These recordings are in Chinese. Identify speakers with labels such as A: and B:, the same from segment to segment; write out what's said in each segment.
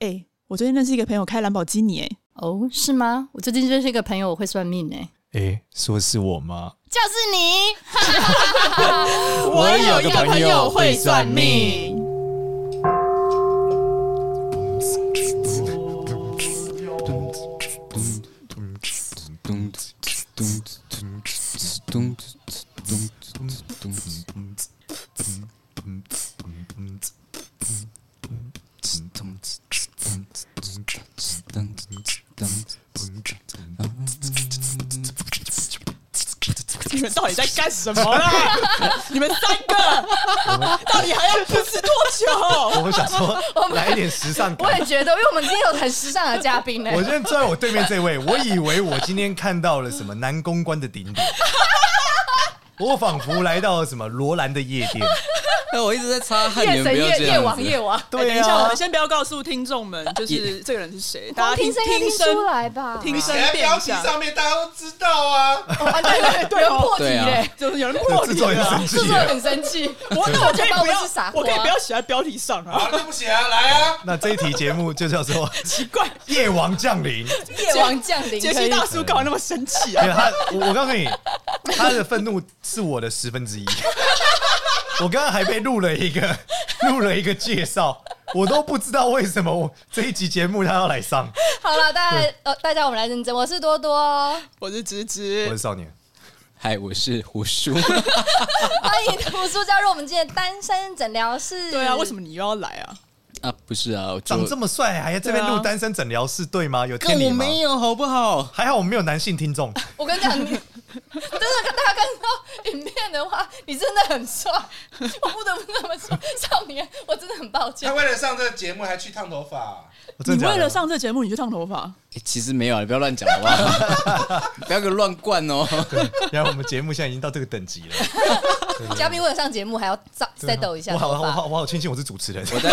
A: 哎、我最近认识一个朋友开兰博基尼、哎，
B: 哦，是吗？我最近认识一个朋友，我会算命哎、
C: 诶，说是我吗？
B: 就是你。
C: 我有个朋友会算命。
A: 你们到底在干什么啦？ 你们三个到底还要不知多久？
C: 我想说，来一点时尚
B: 我
C: 感。
B: 也觉得，因为我们今天有很时尚的嘉宾呢、
C: 我现在坐在我对面这位，我以为我今天看到了什么南公关的顶 点，我仿佛来到了什么罗兰的夜店。
D: 哎，我一直在擦汗，你
B: 夜
D: 们
B: 神
D: 不要
B: 夜
D: 这
B: 夜
D: 样
B: 王
D: 子。
B: 夜王，
A: 哎
C: 对
A: 等一下，我
C: 啊
A: 们，先不要告诉听众们，就是这个人是谁，大家
B: 光听声音就
A: 听
B: 听出来吧？
A: 听声
E: 人家
A: 辨
E: 标
A: 一
E: 题
A: 下，
E: 上面大家都知道啊，
B: 哦啊对 对对，有人破题
D: 对啊
B: 嘞，
A: 就是有人破
C: 制
A: 题
C: 作人
A: 了
C: 生。
B: 制
C: 气
B: 作人
C: 了。
B: 很生气。
A: 我啊我可以不
B: 我是傻
A: 要，
B: 瓜
A: 我可以不要写在标题上啊，
E: 好，就不写啊，来啊，
C: 那这一题节目就叫 做《
A: 奇怪，
C: 夜王降临》。
B: 夜王降临，
A: 杰
B: 可
A: 西
B: 以
A: 大叔干嘛那么生气
C: 没
A: 啊？
C: 有他，我我告诉你，他的愤怒是我的十分之一。 我刚刚还被录了一个 录了一个介绍，我都不知道为什么我这一集节目他要来上。
B: 好了，大家呃，大家我们来认真，我是多 多，
A: 我是芝
C: 我
A: 芝
C: 是，少年，
D: 嗨，我是胡叔。
B: 欢迎图书加入我们今天的单身诊疗室。
A: 对啊，为什
B: 么？
A: 么你又要来啊？
D: 啊，不是啊，我就
C: 长这么帅还在这边录单身诊疗室，对吗？有
D: 跟
C: 天理
D: 我
C: 吗？
D: 没有好不好？
C: 还好我们没有男性听众，
B: 我跟你 讲，你真的大家看到影片的话，你真的很帅，我不得不这么说，少年，我真的很抱歉
E: 他。为了上这个节目还去烫头发，
C: 我
A: 你
C: 真的假
A: 为
C: 的
A: 了上这节目，你去烫头发？
D: 诶其实没有啊，你不要乱讲好不好？不要给我乱灌哦。
C: 然后我们节目现在已经到这个等级了，
B: 嘉宾为了上节目还要再再抖一下
C: 我啊好，我
B: 头
C: 好，我
B: 发。
C: 好，我好庆幸我是主持人，
D: 我大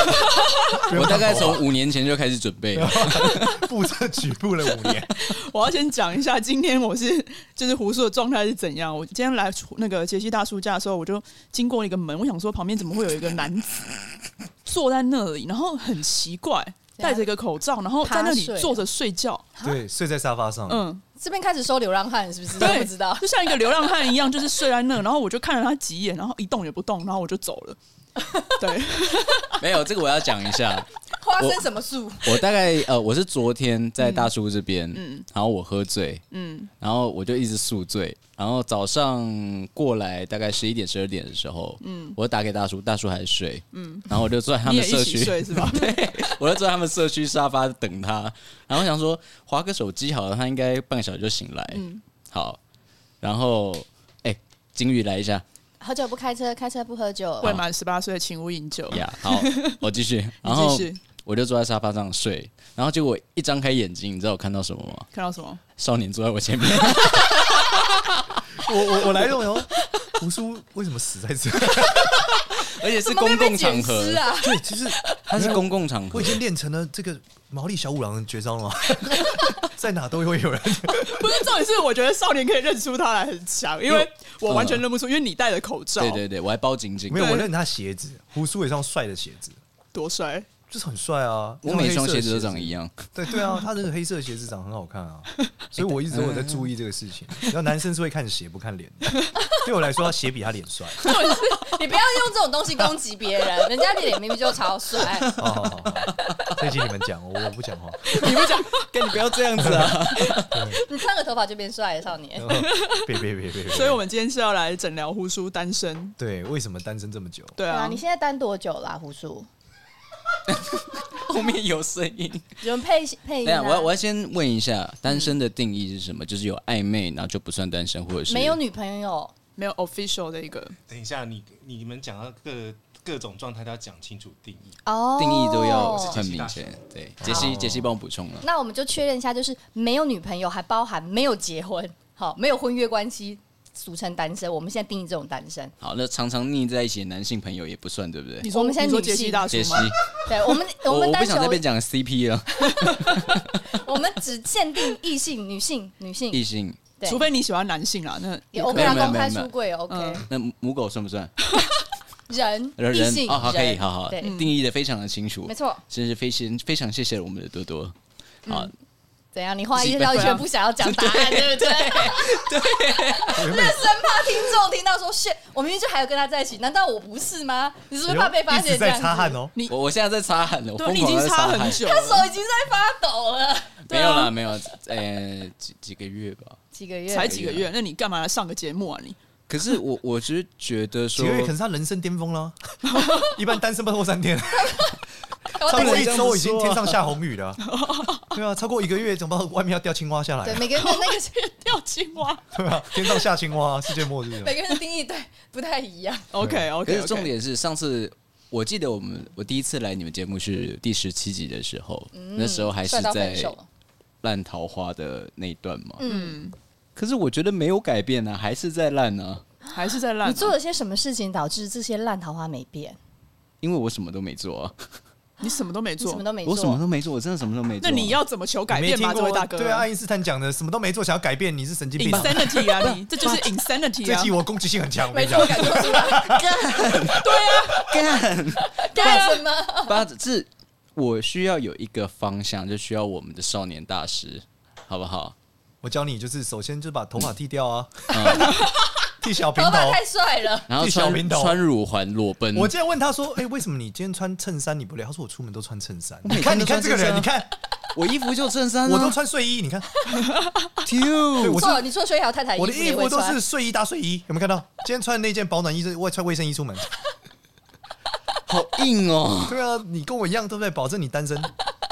C: 我
D: 我大概 从五年前就开始准备了。
C: 步这举步了五年，
A: 我要先讲一下，今天我是就是胡叔的状态是怎样。我今天来出那个杰西大叔家的时候，我就经过一个门，我想说旁边怎么会有一个男子坐在那里，然后很奇 怪，戴着一个口罩，然后在那里
B: 趴睡
A: 坐着睡觉。
C: 对，睡在沙发上，
A: 嗯，
B: 这边开始收流浪汉是不是？
A: 对，
B: 我不知道。
A: 就像一个流浪汉一样，就是睡在那。然后我就看了他几眼，然后一动也不动，然后我就走 了。对，
D: 没有这个我要讲一下。
B: 花生什么树？
D: 我大概呃，我是昨天在大叔这边，嗯，然后我喝醉，
A: 嗯，
D: 然后我就一直宿醉，然后早上过来大概十一点十二点的时候，嗯，我打给大叔，大叔还睡，嗯，然后我就坐在他
A: 你
D: 们
A: 也一
D: 社
A: 起
D: 区，
A: 睡是 吧？对，
D: 我就坐在他们社区沙发等他，然后想说划个手机好了，他应该半个小时就醒来，嗯，好，然后哎、金鱼来一下
B: 喝酒不开车，开车不喝酒。
A: 未满十八岁，请勿饮酒。
D: 呀好，我继续，然
A: 哦 你继
D: 后
A: 续
D: 我就坐在沙发上睡，然后结果一张开眼睛，你知道我看到什么吗？
A: 看到什么？
D: 少年坐在 我前面。
C: 我我我来用哦，胡叔为什么死在这？
D: 而且是
B: 怎么会
D: 公
B: 被
D: 共场
B: 剪
D: 合
B: 尸，啊！
C: 对，其实
D: 它是公共场合
C: 我已。经练成了这个毛利小五郎的绝招了吗， 在哪都会有人。
A: 不是重点是，我觉得少年可以认出他来很强，因为我完全认不出，因为你戴着口罩，
D: 对对对，我还包紧紧
C: 没。有，我认他鞋子，胡叔也双帅的鞋子，
A: 多帅！
C: 就是很帅啊。
D: 我每双鞋子都长一
C: 样。
D: 样，
C: 对对啊，他那个黑色的鞋子长很好看 啊，所以我一直都
D: 哎
C: 有在注意这个事情。然后男生是会看鞋不看脸的，对我来说，他鞋比他脸帅。
B: 你不要用这种东西攻击别人，人家脸明明就超帅。
C: 哦好好好，好这集你们讲，我我不讲话。
D: 你不讲，跟你不要这样子啊！
B: 你烫个头发就变帅了，少年。
C: 别别别别别。
A: 所以我们今天是要来诊疗呼叔单身，
C: 对为什么单身这么久？
A: 对
B: 对啊，
A: 啊
B: 你，现在单多久啦、胡叔？
D: 后面有声音。
B: 你们配配音、
D: 等一
B: 啊？
D: 下，我要我要先问一下，单身的定义是什么？就是有暧昧，然后就不算单身，或者是
B: 没有女朋友，
A: 没有 official 的一个，
E: 等一下你你们讲到各各种状态都要讲清楚定义，
B: 哦，
D: 定义都要很明显。对，杰西，杰西帮我补充了。
B: 那我们就确认一下，就是没有女朋友，还包含没有结婚，好，没有婚约关系，俗称单身。我们现在定义这种单 身。
D: 好，那常常腻在一起的男性朋友也不算，对不对
A: 你？说
B: 我们现在
A: 你说
B: 女
A: 杰西
B: 性
A: 大叔
D: 杰西
A: 吗？，
B: 对我们，
D: 我
B: 们
D: 我不
B: 单
D: 想再被
B: 身，
D: 讲 CP 了，
B: 我们只限定异性、女性、女性，
D: 异性。
B: 对
A: 除非你喜欢男性啦，那
B: 也
A: 可以
B: OK 啊，
D: 没有
B: 公
D: 没有
B: 开
D: 没有
B: 出柜 OK。
A: 嗯
D: 那母狗算不算？
B: 人
D: 人
B: 异性
D: 人哦，好，可以，
B: 人
D: 好好
B: 对，嗯
D: 定义的非常的清楚
B: 没，错。
D: 真是非常非常谢谢我们的多多。
A: 嗯
D: 好，
B: 怎样？你画一
D: 基
B: 些
D: 本
B: 绕一
A: 对啊
B: 圈，不想要讲答案，对不对？ 那生怕听众听到说“谢”，我明明就还有跟他在一起，难道我不是吗？你是不是怕被发
C: 哎一
B: 现
C: 直
B: 这
C: 在
B: 样
C: 擦汗
B: 子？
C: 哦，
A: 你
D: 我我现在在擦汗了，我
A: 对，
D: 疯
A: 你已啊
D: 狂
A: 经
D: 在
A: 擦
D: 汗
A: 很，久
B: 他手
A: 了，
B: 已经在发抖了，
D: 没有啦，没有，呃，几几个月吧。
B: 几个月
A: 才几个月，那你干嘛来上个节目啊？ 你
D: 可是我我只是觉得
C: 几
D: 说
C: 个，月可是他人生巅峰了， 一般单身不超过三天，
B: 我
C: 超
B: 等
C: 过
B: 着
C: 一周已经
D: 不
C: 天
D: 能这样子说啊
C: 上下红雨 了，对啊，超过一个月怎么外面要掉青蛙下
B: 对
C: 来？
B: 每个人的那个
A: 掉青 蛙
C: 对啊，天上下青蛙，世界 末日
B: 每个人的定义对不太一样。
A: ？OK
D: 可
A: OK，
D: 是重点是上次。我记得我们我第一次来你们节目是第十七集的时候，
A: 嗯
D: 那时候还是
B: 帅到
D: 在
B: 分手了
D: 烂桃花的那一段嘛。
B: 嗯，
D: 可是我觉得没有改变啊，还是在烂啊，
A: 还是在烂啊。
B: 你做了些什么事情导致这些烂桃花没变？
D: 因为我什么都没做啊，
A: 你什么都没
B: 你什
A: 做
B: 么，都没
D: 我什么
B: 做，
D: 都没做，我真的什么都没
A: 那
D: 做啊、
A: 你要怎么求改
C: 没
A: 变
C: 听
A: 吧，这
C: 过
A: 位大哥？
C: 对啊，爱因斯坦讲的什么都没做，想要改变，你是神 经病啊。
A: ，insanity 啊，你这就是 insanity
C: 这集
A: 啊！
C: 我攻击性很强，我跟
B: 没
C: 你讲
B: 错，，感觉出来
D: 干，
B: 干什么？
D: 八字，我需要有一个方向，就需要我们的少年大师，好不好？
C: 我教你就是首先就把头发剃 掉啊，
D: 嗯、
C: 剃小平
B: 头发
C: 头。
B: 太帅 了，
D: 然后
C: 去小
D: 穿
C: 平头
D: 穿乳环裸奔，
C: 我竟然问他说：“哎，为什么你今天穿衬衫你不聊？”他说：“我出门都穿衬衫。”
D: 我每
C: 你看，
D: 天
C: 你
D: 都
C: 看
D: 穿
C: 这个人，你
D: 衬衫啊
C: 看
D: 我衣服就衬衫、啊，
C: 我都穿睡衣， 你看对
D: 丢
C: 我
B: 不
C: 是
B: 错，你嗯做水饺太太
C: 我的衣
B: 也
C: 服
B: 会
C: 都
B: 穿
C: 是睡衣搭睡衣，有没有看到？今天穿那件保暖衣，外穿卫生衣出门。
D: 好硬哦。
C: 对啊，你跟我一样，对不对？保证你 单身，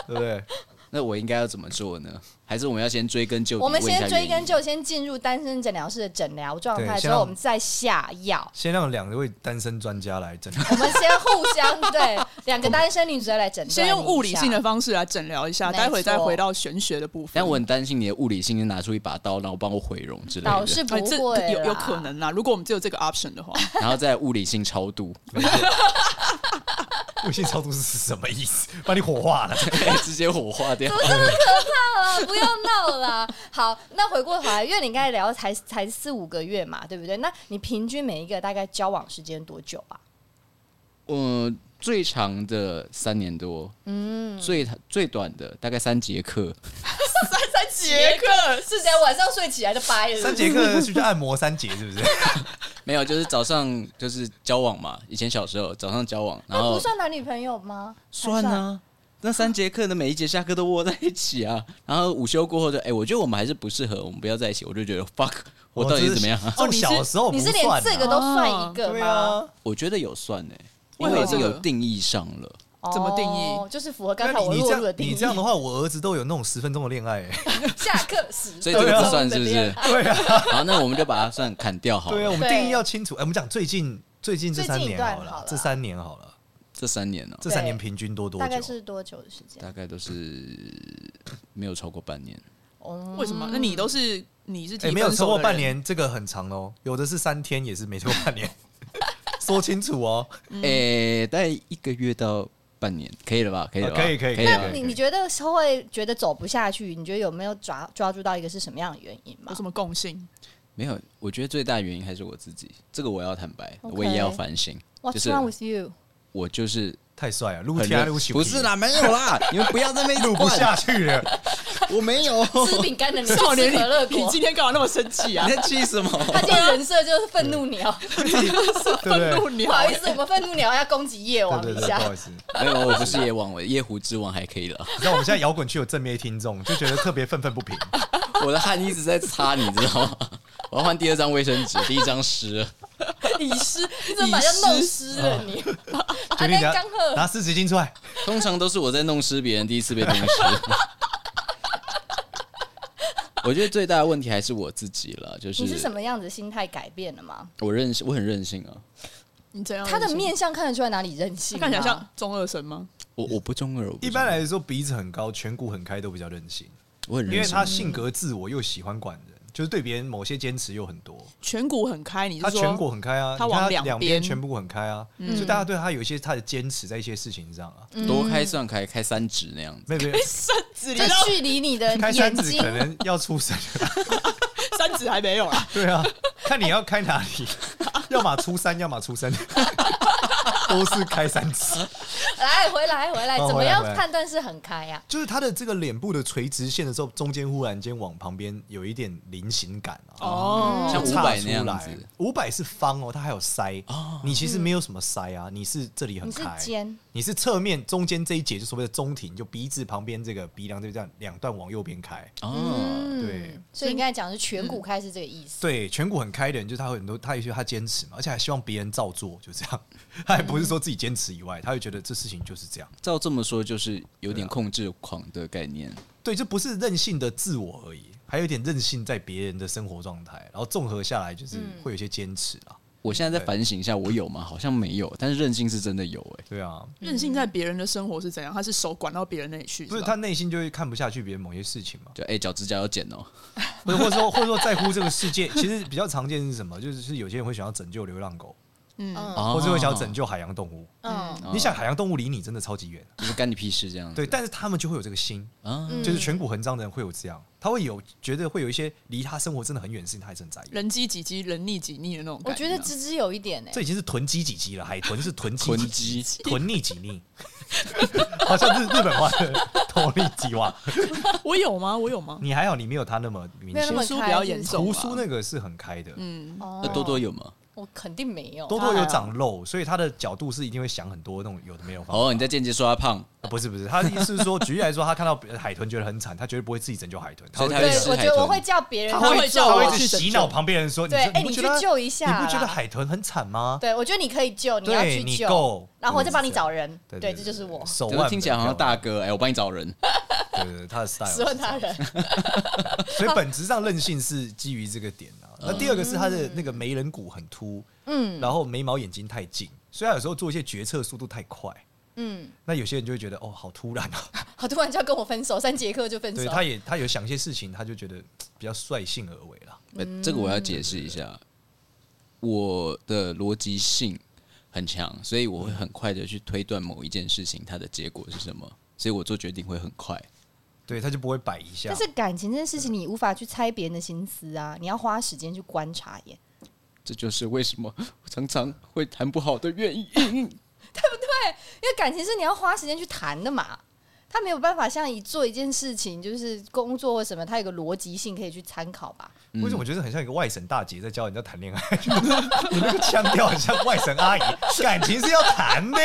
C: 对不对？
D: 那我应该要怎么做呢？还是我们要先追根究底？
B: 我们
D: 问一
B: 先
D: 下
B: 追
D: 原
B: 根
D: 因，
B: 究，先进入单身诊疗室的诊疗状态
C: 对
B: 之
C: 先让
B: 后，我们再下药。
C: 先让两位单身专家来整理。
B: 我们先互相对两个单身女主来诊断，
A: 先用物理性的。方式来诊疗一下，
B: 没错
A: 待会再回到玄学的部分。
D: 但我很担心你的物理性就拿出一把刀，然后帮我毁容之类
B: 倒
D: 的，
B: 是不
A: 哎
B: 会
A: 这
B: 啦
A: 有有可，能啊啦，如果我们只有这个 option 的话，
D: 然后再物理性超度，
C: 微信超度是什么意思？把你火化 了。
D: 直接火化掉。
B: 啊 不要闹啦。好，那回过头来，因为你刚才聊才才四五个月嘛，对不对？那你平均每一个大概交往时间多久啊？
D: 嗯、最长的三年多，嗯，最最短的大概三节课，
B: 三节课是谁晚上睡起来就掰了？
C: 三节课是不是按摩三节？是不是？
D: 没有，就是早上就是交往嘛。以前小时候早上交往，然
B: 那
D: 后
B: 不算男女朋友吗？
D: 算
B: 还。
D: 啊。那三节课的每一节下课都窝在一起啊， 然后午休过后就，哎、我觉得我们还是不适合，我们不要在一起。我就觉得 fuck，我到底是怎么样啊？
C: 哦，小时候不
B: 你是
C: 算啊
B: 连这个都算一个
C: 对
B: 吗？
C: 啊，
D: 我觉得有算哎、
A: 为
D: 因
A: 何
D: 为已经
A: 这
D: 有
A: 个
D: 定义上了。
B: 哦
A: 怎么定义
B: 就是符合刚
C: 那
B: 才我
C: 你你
B: 落
C: 这
B: 入的
C: 样
B: 定义。
C: 你这样的话，我儿子都有那种十分钟的恋爱 欸。
B: 下课时，
D: 所以这个不算是不是
B: 对啊
C: 对啊，
D: 好，那我们就把它算砍掉好了。
C: 对啊，我们
B: 对
C: 定义要清楚。哎，我们讲最近最近这三
B: 最近一
C: 年
B: 段
C: 好
B: 好了
C: 了，这三年好了，
D: 这三年呢、
C: 这三年平均多多
B: 大概
C: 久？
B: 是多久的时间？
D: 大概都是没有超过半年。
B: 哦
A: 为什么？那你都是你是提
C: 哎，没有
A: 分
C: 超
A: 手
C: 过
A: 的
C: 半
A: 人，
C: 年，这个很长哦。有的是三天，也是没超过半年。 说清楚哦，
D: 诶、哎大概一个月到半年，可以了吧？可以了吧？
C: 啊可以可以
D: 可以
C: 可
D: 了
C: 以
D: 吧。
B: 你你觉得会觉得走不下去？你觉得有没有抓抓住到一个是什么样的原因吗
A: 有？什么共 性？
D: 没有，我觉得最大原因还是我自己，这个我要坦白
B: OK
D: 我也要反省。就
B: What's
D: 是
B: wrong with you？
D: 我就是
C: 太帅了，撸
D: 很
C: 天
D: 热
C: 撸起，
D: 不是，啦，没有啦，你们不要在那边一 直
C: 录不
D: 灌
C: 下去了。
D: 我没有，
B: 吃饼干的你，吃
A: 少年，
B: 可乐
A: 你你
B: 果。
A: 今天干嘛那么生气啊
D: 你？在气 什么？
B: 他今天人设就是愤怒鸟，
A: 愤
C: 对不
A: 怒
C: 对？
A: 鸟
B: 不好意思，我们愤怒鸟要攻击夜王
C: 对
B: 一
C: 对对，
B: 下
C: 不。好意思，
D: 没有，我不是夜王，我夜壶之王还可以了。
C: 你知道我们现在摇滚区有正面听众，就觉得特别愤愤 不平。
D: 我的汗一直在擦，你知道吗？ 我要换第二张卫生纸，第一张湿了。
B: 你湿，你怎么把人家弄湿了你？
C: 决
B: 阿
C: 定
B: 内
C: 拿
B: 刚喝，
C: 拿湿纸巾出来，
D: 通常都是我在弄湿别人，第一次被弄湿。 我觉得最大的问题还是我自己了，就
B: 你是什
D: 是
B: 么样子心态改变了吗？
D: 我任性，我很任性啊。
A: 你怎样？
B: 他的啊面相看得出来哪里任性
A: 他
B: 吗？
A: 看起来像中二神吗？
D: 我我不中二，我不中二
C: 一般来说鼻子很高、颧骨很开都比较任性，
D: 我很
C: 因
D: 任
C: 为
D: 性
C: 他。性格自我又喜欢管人，就是对别人某些坚持又很多。
A: 颧骨很开，你
C: 他
A: 是说
C: 颧骨很开啊，
A: 他
C: 你
A: 往
C: 看
A: 两
C: 两
A: 边
C: 边颧骨很开啊，所以大家对他有一些他的坚持在一些事情上啊。
B: 嗯
D: 多开算开，开三指那样子。
C: 没有没有，
A: 三指？你
B: 这
A: 知道
B: 距离你的
C: 开
B: 眼
C: 三指可
B: 睛
C: 能要出生了，啊
A: 三指 还没有啦，
C: 对啊，看你要开哪里，要么出三，要么出生。 都是开三次，
B: 来回来回来，
C: 哦
B: 怎么
C: 回来
B: 样
C: 回来
B: 判断是很开啊呀、
C: 就是他的这个脸部的垂直线的时候，中间忽然间往旁边有一点菱形感啊，
A: 哦，
D: 像
C: 差
D: 500
C: 出
D: 那样
C: 来
D: 子。
C: 五百是方哦，它还有腮，你其实没有什么腮啊，你是这里很
B: 你是
C: 开，
B: 尖
C: 你是侧面中间这一节就所谓的中庭，就鼻子旁边这个鼻梁这这样两段往右边开，
B: 嗯
D: 哦，
C: 对。
B: 所以你刚才讲的是颧骨开是这个意思。
C: 对，颧骨很开的人，就是他会很多，他也许他坚持嘛，而且还希望别人照做，就这样。他还不是说自己坚持以外，他会觉得这事情就是这样。
D: 照这么说就是有点控制狂的概念。
B: 嗯
C: 对，这不是任性的自我而已，还有一点任性在别人的生活状态，然后综合下来就是会有一些坚持啦。
D: 我现在在反省一下，我有吗？好像没有，但是任性是真的有哎、
C: 对啊，
A: 任性在别人的生活是怎样？他是手管到别人那里去，
C: 不是
A: 吧
C: 他内心就会看不下去别人某些事情嘛，
D: 就哎，脚、指甲要剪哦，
C: 或者或 者说或者说在乎这个世界。其实比较常见是什么？就是是有些人会想要拯救流浪狗，
B: 嗯
D: 哦
C: 或者会想要拯救海洋动物。
B: 嗯
D: 哦
C: 你想，海洋动物离你真的超级远，
D: 就是干你屁事这样子。
C: 对，但是他们就会有这个心，
D: 啊，
B: 嗯
C: 就是颧骨横张的人会有这样，他会有觉得会有一些离他生活真的很远的事情，他还是很在意。
A: 人机几机，人逆几逆的那种
B: 我
A: 感啊
B: 觉得芝芝有一点哎、
C: 这已经是囤积几级了，海豚是囤积
D: 囤
C: 几
B: 嗯
D: 积
C: 囤逆几逆， 好像是日本话的 囤逆几哇。
A: 我有吗？我有吗？
C: 你还好，你没有他那么明
B: 没有那
C: 显
A: 胡
B: 么。
A: 须
B: 开
A: 比较严
B: 是
A: 重
C: 胡
A: 吧，
C: 叔那个是很开的，
A: 嗯，
B: 哦
D: 那多多有吗？
B: 我肯定没有。
C: 多多有长肉，所以他的角度是一定会想很多那种有的没有方法。
D: 哦，你在间接说他胖，
C: 啊不是不是，他的意思是说，举例来说，他看到海豚觉得很惨，他绝对不会自己拯救海豚，
D: 所以
C: 会
D: 他
B: 对
D: 会吃，
B: 我
D: 海
B: 觉得我
D: 豚
B: 会叫别人
A: 他会
B: 去
A: 叫
B: 救
A: 我
C: 他
B: 我
C: 会一直洗脑旁边人说，
B: 对
C: 你这
B: 哎
C: 不
B: 你
C: 觉得
B: 去救一下
C: 你不觉得
B: 啦
C: 海豚很惨吗？
B: 对，我觉得你可以救，你要
C: 对
B: 去
C: 你
B: 救
C: 够，
B: 然后我再帮你
C: 对对对
B: 找人。
C: 对
B: 对，这就是我
C: 手
D: 就是
C: 腕
D: 听起来好像
C: 比较
D: 大哥哎、我帮你找人。
C: 漂亮，对对对，他 的 style
B: 使唤他人。
C: 所以本质上韧性是基于这个点啊。那第二个是他的那个眉棱骨很凸，
B: 嗯
C: 然后眉毛眼睛太近，所以他有时候做一些决策速度太快。
B: 嗯，
C: 那有些人就会觉得哦，好突然啊！
B: 好，突然就要跟我分手，三节课就分
C: 对，
B: 手。
C: 他也他有想一些事情，他就觉得嘖比较率性而为啦。
D: 呃这个我要解释一下，我的逻辑性很强，所以我会很快的去推断某一件事情它的结果是什么，所以我做决定会很快。
C: 对，他就不会摆一下
B: 但。是感情这件事情，你无法去猜别人的心思啊，你要花时间去观察耶，
D: 这就是为什么我常常会谈不好的原因。
B: 因为感情是你要花时间去谈的嘛。他没有办法像一做一件事情，就是工作或什么，他有个逻辑性可以去参考吧。
C: 为什么我觉得很像一个外省大姐在教人家谈恋爱？ 你那个腔调很像外省阿姨，感情是要谈的，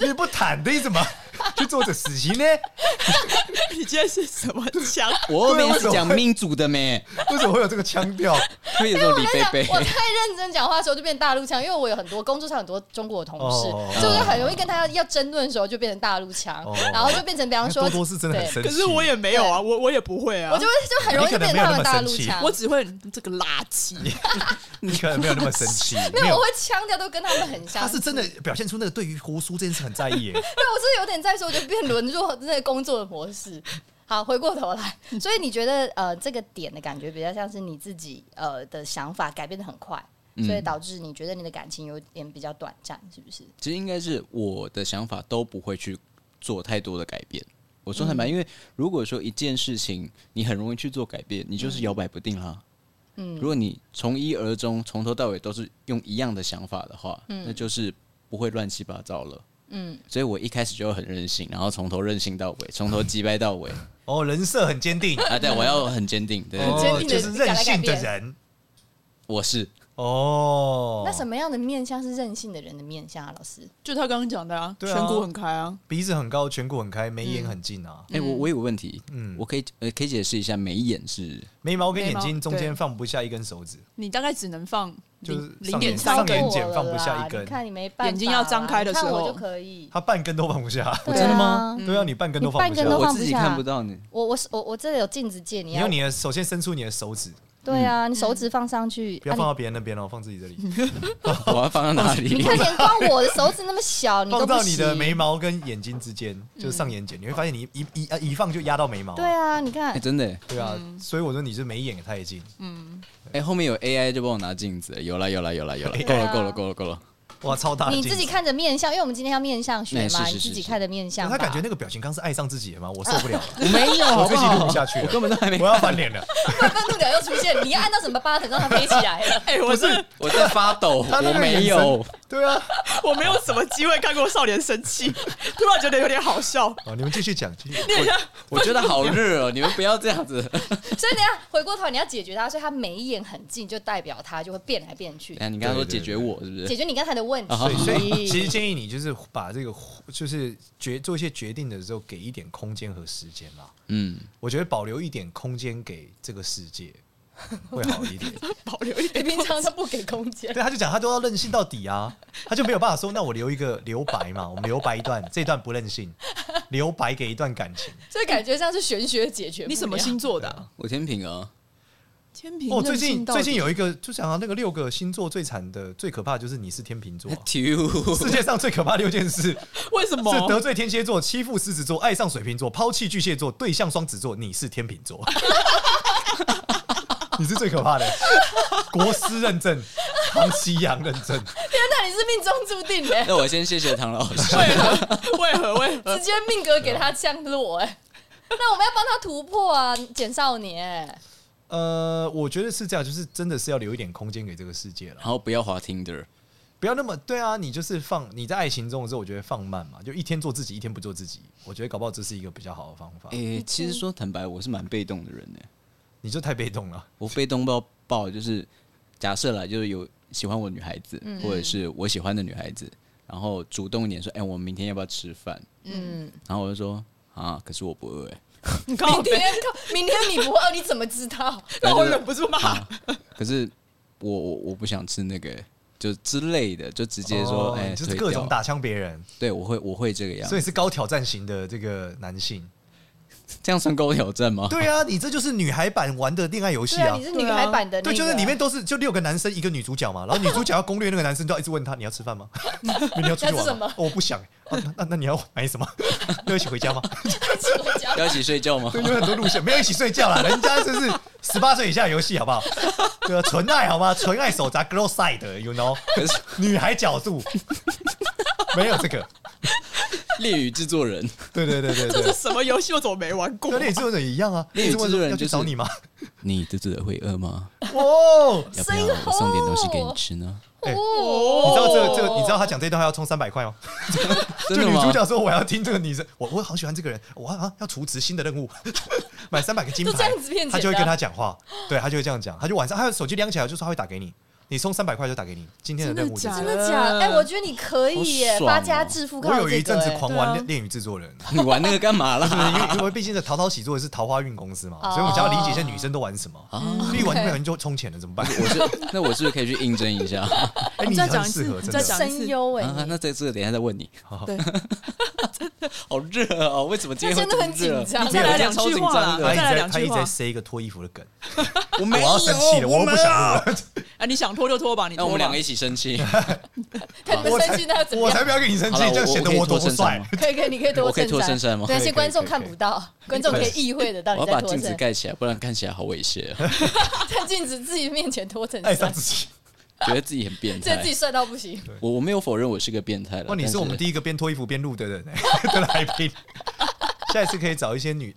C: 你不谈的你怎么 去做这事情呢？
A: 你今天是什么枪？
D: 我后面
C: 对
D: 是
C: 为什
D: 讲
C: 么会
D: 民主的 咩，
C: 为什么会有这个腔调？
D: 会有这种李贝贝。
B: 我太认真讲话的时候就变大陆腔，因为我有很多工作上很多中国的同事，
C: 哦
B: 所以我就很容易跟他要争论的时候就变成大陆腔，
C: 哦
B: 然后就变成比方说，
C: 多多是真的很
B: 对
C: 生气。
A: 可是我也没有啊，我我也不会啊，
B: 我就会就很容易就变成他们大陆腔，
A: 我只会你这个垃 圾。
C: 你可能没有那么生气，
B: 没有，我会腔调都跟他们很像。
C: 他是真的表现出那个对于胡叔这件事很在意 耶。
B: 对，我是有点在说，我就变沦落那个工作的模式。好，回过头来，所以你觉得呃，这个点的感觉比较像是你自己呃的想法改变的很快，所
C: 嗯
B: 以导致你觉得你的感情有点比较短暂，是不是？
D: 其实应该是我的想法都不会去做太多的改变。我说坦
B: 嗯
D: 白，因为如果说一件事情你很容易去做改变，你就是摇摆不定啦。嗯，如果你从一而终，从头到尾都是用一样的想法的话，
B: 嗯
D: 那就是不会乱七八糟了。嗯，所以我一开始就很任性，然后从头任性到尾，从头击败到 尾
C: 哦，人设很坚定，哦
D: 啊！对，我要很坚定，对，
B: 很坚定的
C: 就是任性的人。
D: 我是
C: 哦，
B: 那什
C: 么？
B: 么样的面相是任性的人的面相啊？老师，
A: 就他刚刚讲的啊，
C: 对啊
A: 颧骨很开啊，
C: 鼻子很高，颧骨很开，眉眼很近啊，
D: 哎、我我有个问题，
C: 嗯
D: 我可以呃可以解释一下眉眼是
C: 眉毛跟眼
A: 眉毛
C: 睛中
A: 对
C: 间放不下一根手指，
A: 你大概只能放
C: 就是
A: 零零
C: 上
A: 点
C: 眼
A: 三
C: 上
A: 根
C: 眼
B: 过
C: 睑
B: 了
C: 放不下
B: 啦
C: 一根
B: 你看你没办法，啊
A: 眼睛要张开的时候
B: 你看我就可以。
C: 他半根都放不下。
B: 对啊真的吗
C: 对啊，你半根都放不
B: 你半根都
C: 下。
D: 我
B: 放不
D: 自己
B: 下
D: 看不到你，
B: 我我是我我这里有镜子借你
C: 你
B: 要
C: 用你的首先伸出你的手指，
B: 对啊，你手指放上去，
C: 嗯不要
B: 啊
C: 放到别人那边哦，放自己 这里，
D: 我要放到哪里？
B: 你你看 连光我的手指那么小，你都
C: 放
B: 不
C: 到你的
B: 行
C: 眉毛跟眼睛之间，就是上眼睑，你会发现你一一一一放就压到眉毛。
B: 对，啊，嗯你看
D: 哎、，真的耶，
C: 对啊，所以我说你是眉眼太近。
B: 嗯
D: 哎、后面有 AI 就帮我拿镜子了，有啦有啦有啦有啦，够
B: 对啊
D: 了够了够了够了，
C: 哇，超大的
B: 你
C: 镜
B: 自
C: 子！
B: 己看着面相，因为我们今天要面相学
D: 哎
B: 嘛，
D: 是是
B: 你
D: 是
B: 自己
D: 是
B: 看着面相吧。
C: 他 感觉那个表情刚是爱上自己了吗？我受不了了，
D: 我没有，
C: 我
D: 好
C: 自
D: 不
C: 己录不
D: 好？
C: 下去了，
D: 我根本都还没
C: 我要 翻脸了。
B: 快愤怒鸟 又出现，你要按到什么 button 让它飞起来了？
A: 哎，我是
D: 我在发抖，
C: 他那
D: 我
C: 个眼
D: 没
C: 神
D: 有，
C: 对啊，
A: 我没有什么机会看过少年生 气，突然觉得有点好笑。
C: 好，哦你们继续讲，继续讲。
D: 我觉得好热哦，你们不要这样子。
B: 所以等一下回过头，你要解决他，所以他眉眼很近，就代表他就会变来变去
D: 等一，哎
C: 哎
D: 下你刚刚说
C: 对对
D: 解决我是不
B: 解
D: 是？
B: 决你刚才的问题。
C: 啊所以，所以其实建议你就是把这个，就是决做一些决定的时候，给一点空间和时间啦。
D: 嗯，
C: 我觉得保留一点空间给这个世 界会好一点。
A: 保留一
B: 你
A: 点
B: 平常都不给空间，
C: 对，他就讲他都要任性到底啊，他就没有办法说，那我留一个留白 嘛，我们留白一段，这段不任性，留白给一段感情。
B: 所以感觉像是玄学解决不了。
A: 你什么星座的啊、
D: 我天平啊，
A: 天平
C: 哦，最近最近
A: 有
C: 有一个，就讲到那个六个星座最惨的，最可怕的就是你是 天秤座啊、
D: 丢
C: 世界上最可怕的六件事是
A: 为什么？
C: 得罪天蝎座、欺负狮子座、爱上水瓶座、抛弃巨蟹座、对象双子座。你是天秤 座，你是最可怕的。国师认证，唐奇阳认证，
B: 天哪，你是命中注定的、欸
D: 那我先谢谢唐老师。
A: 为何？为何？ 为何？
B: 直接命格给他降落哎、 那我们要帮他突破啊，简少年、
C: 呃，我觉得是这样，就是真的是要留一点空间给这个世界了
D: 然，后不要滑 Tinder，
C: 不要那么对啊，你就是放你在爱情中的时候，我觉得放慢嘛，就一天做自己，一天不做自己，我觉得搞不好这是一个比较好的方法。
D: 诶、哎其
C: 嗯
D: 实说坦白，我是蛮被动的人呢、
C: 你就太被动了，
D: 我被动到爆，就是假设啦，就是有喜欢我的女孩子，或者是我喜欢的女孩子，然后主动一点说，哎、我们明天要不要吃饭？
B: 嗯，
D: 然后我就说啊，可是我不 饿、欸，
A: 你看
B: 明
A: 我
B: 天明天你不哦饿，你怎么知 道？
A: 让我忍不住骂。
D: 啊，可是我我我不想吃那个、就之类的，就直接说，
C: 哦
D: 哎、
C: 你就
D: 推
C: 是
D: 掉。
C: 各种打枪别人，
D: 对，我会我会这个样
C: 所以
D: 子，
C: 是高挑战型的这个男性。
D: 这样算高挑战吗？
C: 对啊，你这就是女孩版玩的恋爱游戏
B: 对啊，
C: 啊
B: 你。是女孩版的、那
C: 对，
B: 个啊
C: 就是 里面都是就六个男生一个女主角嘛，然后女主角要攻略那个男生，就要一直问他你要吃 饭吗？你要出去
B: 要吃什
C: 玩
B: 么
C: 吗？哦我不想。啊那那那你要买什么？ 要一起回家吗？
D: 要一起睡觉吗？
C: 对，有很多路线，没有一起睡觉啦。人家这是十八岁以下的游戏，好不好？对啊，纯爱好吗？纯爱手札 girl side，you know，
D: 可是
C: 女孩角度没有这个。
D: 恋与制作人，
C: 对对对对
A: 这
C: 对
A: 是，什么游戏？我怎么没玩过
C: 跟？恋与制作人一样啊。
D: 恋与制作人
C: 恋要去
D: 就是
C: 找你吗？
D: 你肚子会饿吗？
C: 哦，
D: 要不要我送点东西给你吃呢？
C: 哎
B: 哦，
C: 你知道这个这个，你知道他讲这段话要充三百块吗？ 就
D: 真的
C: 女
D: 吗
C: 主角说我要听这个女生，我我好喜欢这个人，我啊要除职新的任务， 买三百个金牌，
B: 就这样子骗钱的
C: 他就会跟他讲话，对他就会这样讲，他就晚上他的手机亮起来就说他会打给你，你充三百块就打给你，今天的任务就
A: 真
C: 是
B: 真
A: 假
B: 的
C: 这样。
B: 假的？哎、我觉得你可以耶，
D: 好爽哦
B: 发家致富靠
C: 我
B: 这个、
C: 有一阵子
B: 哎
C: 狂
A: 对
C: 玩
A: 啊
C: 恋与制作人，
D: 你玩那个干嘛
C: 对
D: 啦？
C: 因为因为毕竟这淘淘喜做的是桃花运公司嘛，
B: 哦
C: 所以我想要理解一下女生都玩什么，所以玩不小心就充钱了怎么办？
D: 我是那我是不是可以去应征一下啊？
C: 哎，
A: 你
C: 你
A: 再讲
C: 很
A: 一次
C: 适合，
A: 你
C: 真
A: 再
C: 的
A: 讲。
B: 声优 哎，
D: 那在这个等一下再问你。
A: 对，
D: 好热哦，为什么今
B: 他
D: 天会
B: 真的
D: 这么
B: 很紧
D: 热？
B: 张
A: 你。再来两
D: 我今
A: 句
D: 天超
A: 话
D: 紧
A: 啦，
D: 张
A: 再
C: 他一
D: 的
C: 直
A: 来
C: 在
A: 两
C: 他一
A: 句
C: 直
A: 话
C: 在。塞一个脱衣服的梗，
D: 我
C: 哎我
D: 没
C: 要生气了，我不想录
D: 有。
C: 了。
A: 哎，你想脱就脱吧，你
D: 那我
A: 脱
D: 们两
A: 吧
D: 个一。起生气，
B: 看你们生气，那要怎么
C: 我才
B: 样？
C: 不要跟你生气
D: 好，了
C: 这样显得我多不帅
D: 我。
B: 可以可以，你可以脱
D: 我可以脱
B: 衬
D: 衬衫吗
B: 对那
C: 可
B: 些
C: 以可以
B: 观众
C: 可以
B: 看不到，观众可以意会得到
D: 我
B: 你
D: 要
B: 在
D: 把
B: 脱
D: 镜子
B: 衬，
D: 盖起来，不然看起来好猥亵哦，
B: 在镜子自己面前脱衬
C: 爱
B: 衫
C: 哎上，自己。
D: 觉得自己很变
B: 这
D: 态
B: 自。己帅到不行。
D: 我我没有否认我是个变态了。
C: 哇，哦你
D: 但
C: 是我们第一个边脱衣服边录的人、欸、 的来宾。下一次可以找一些女，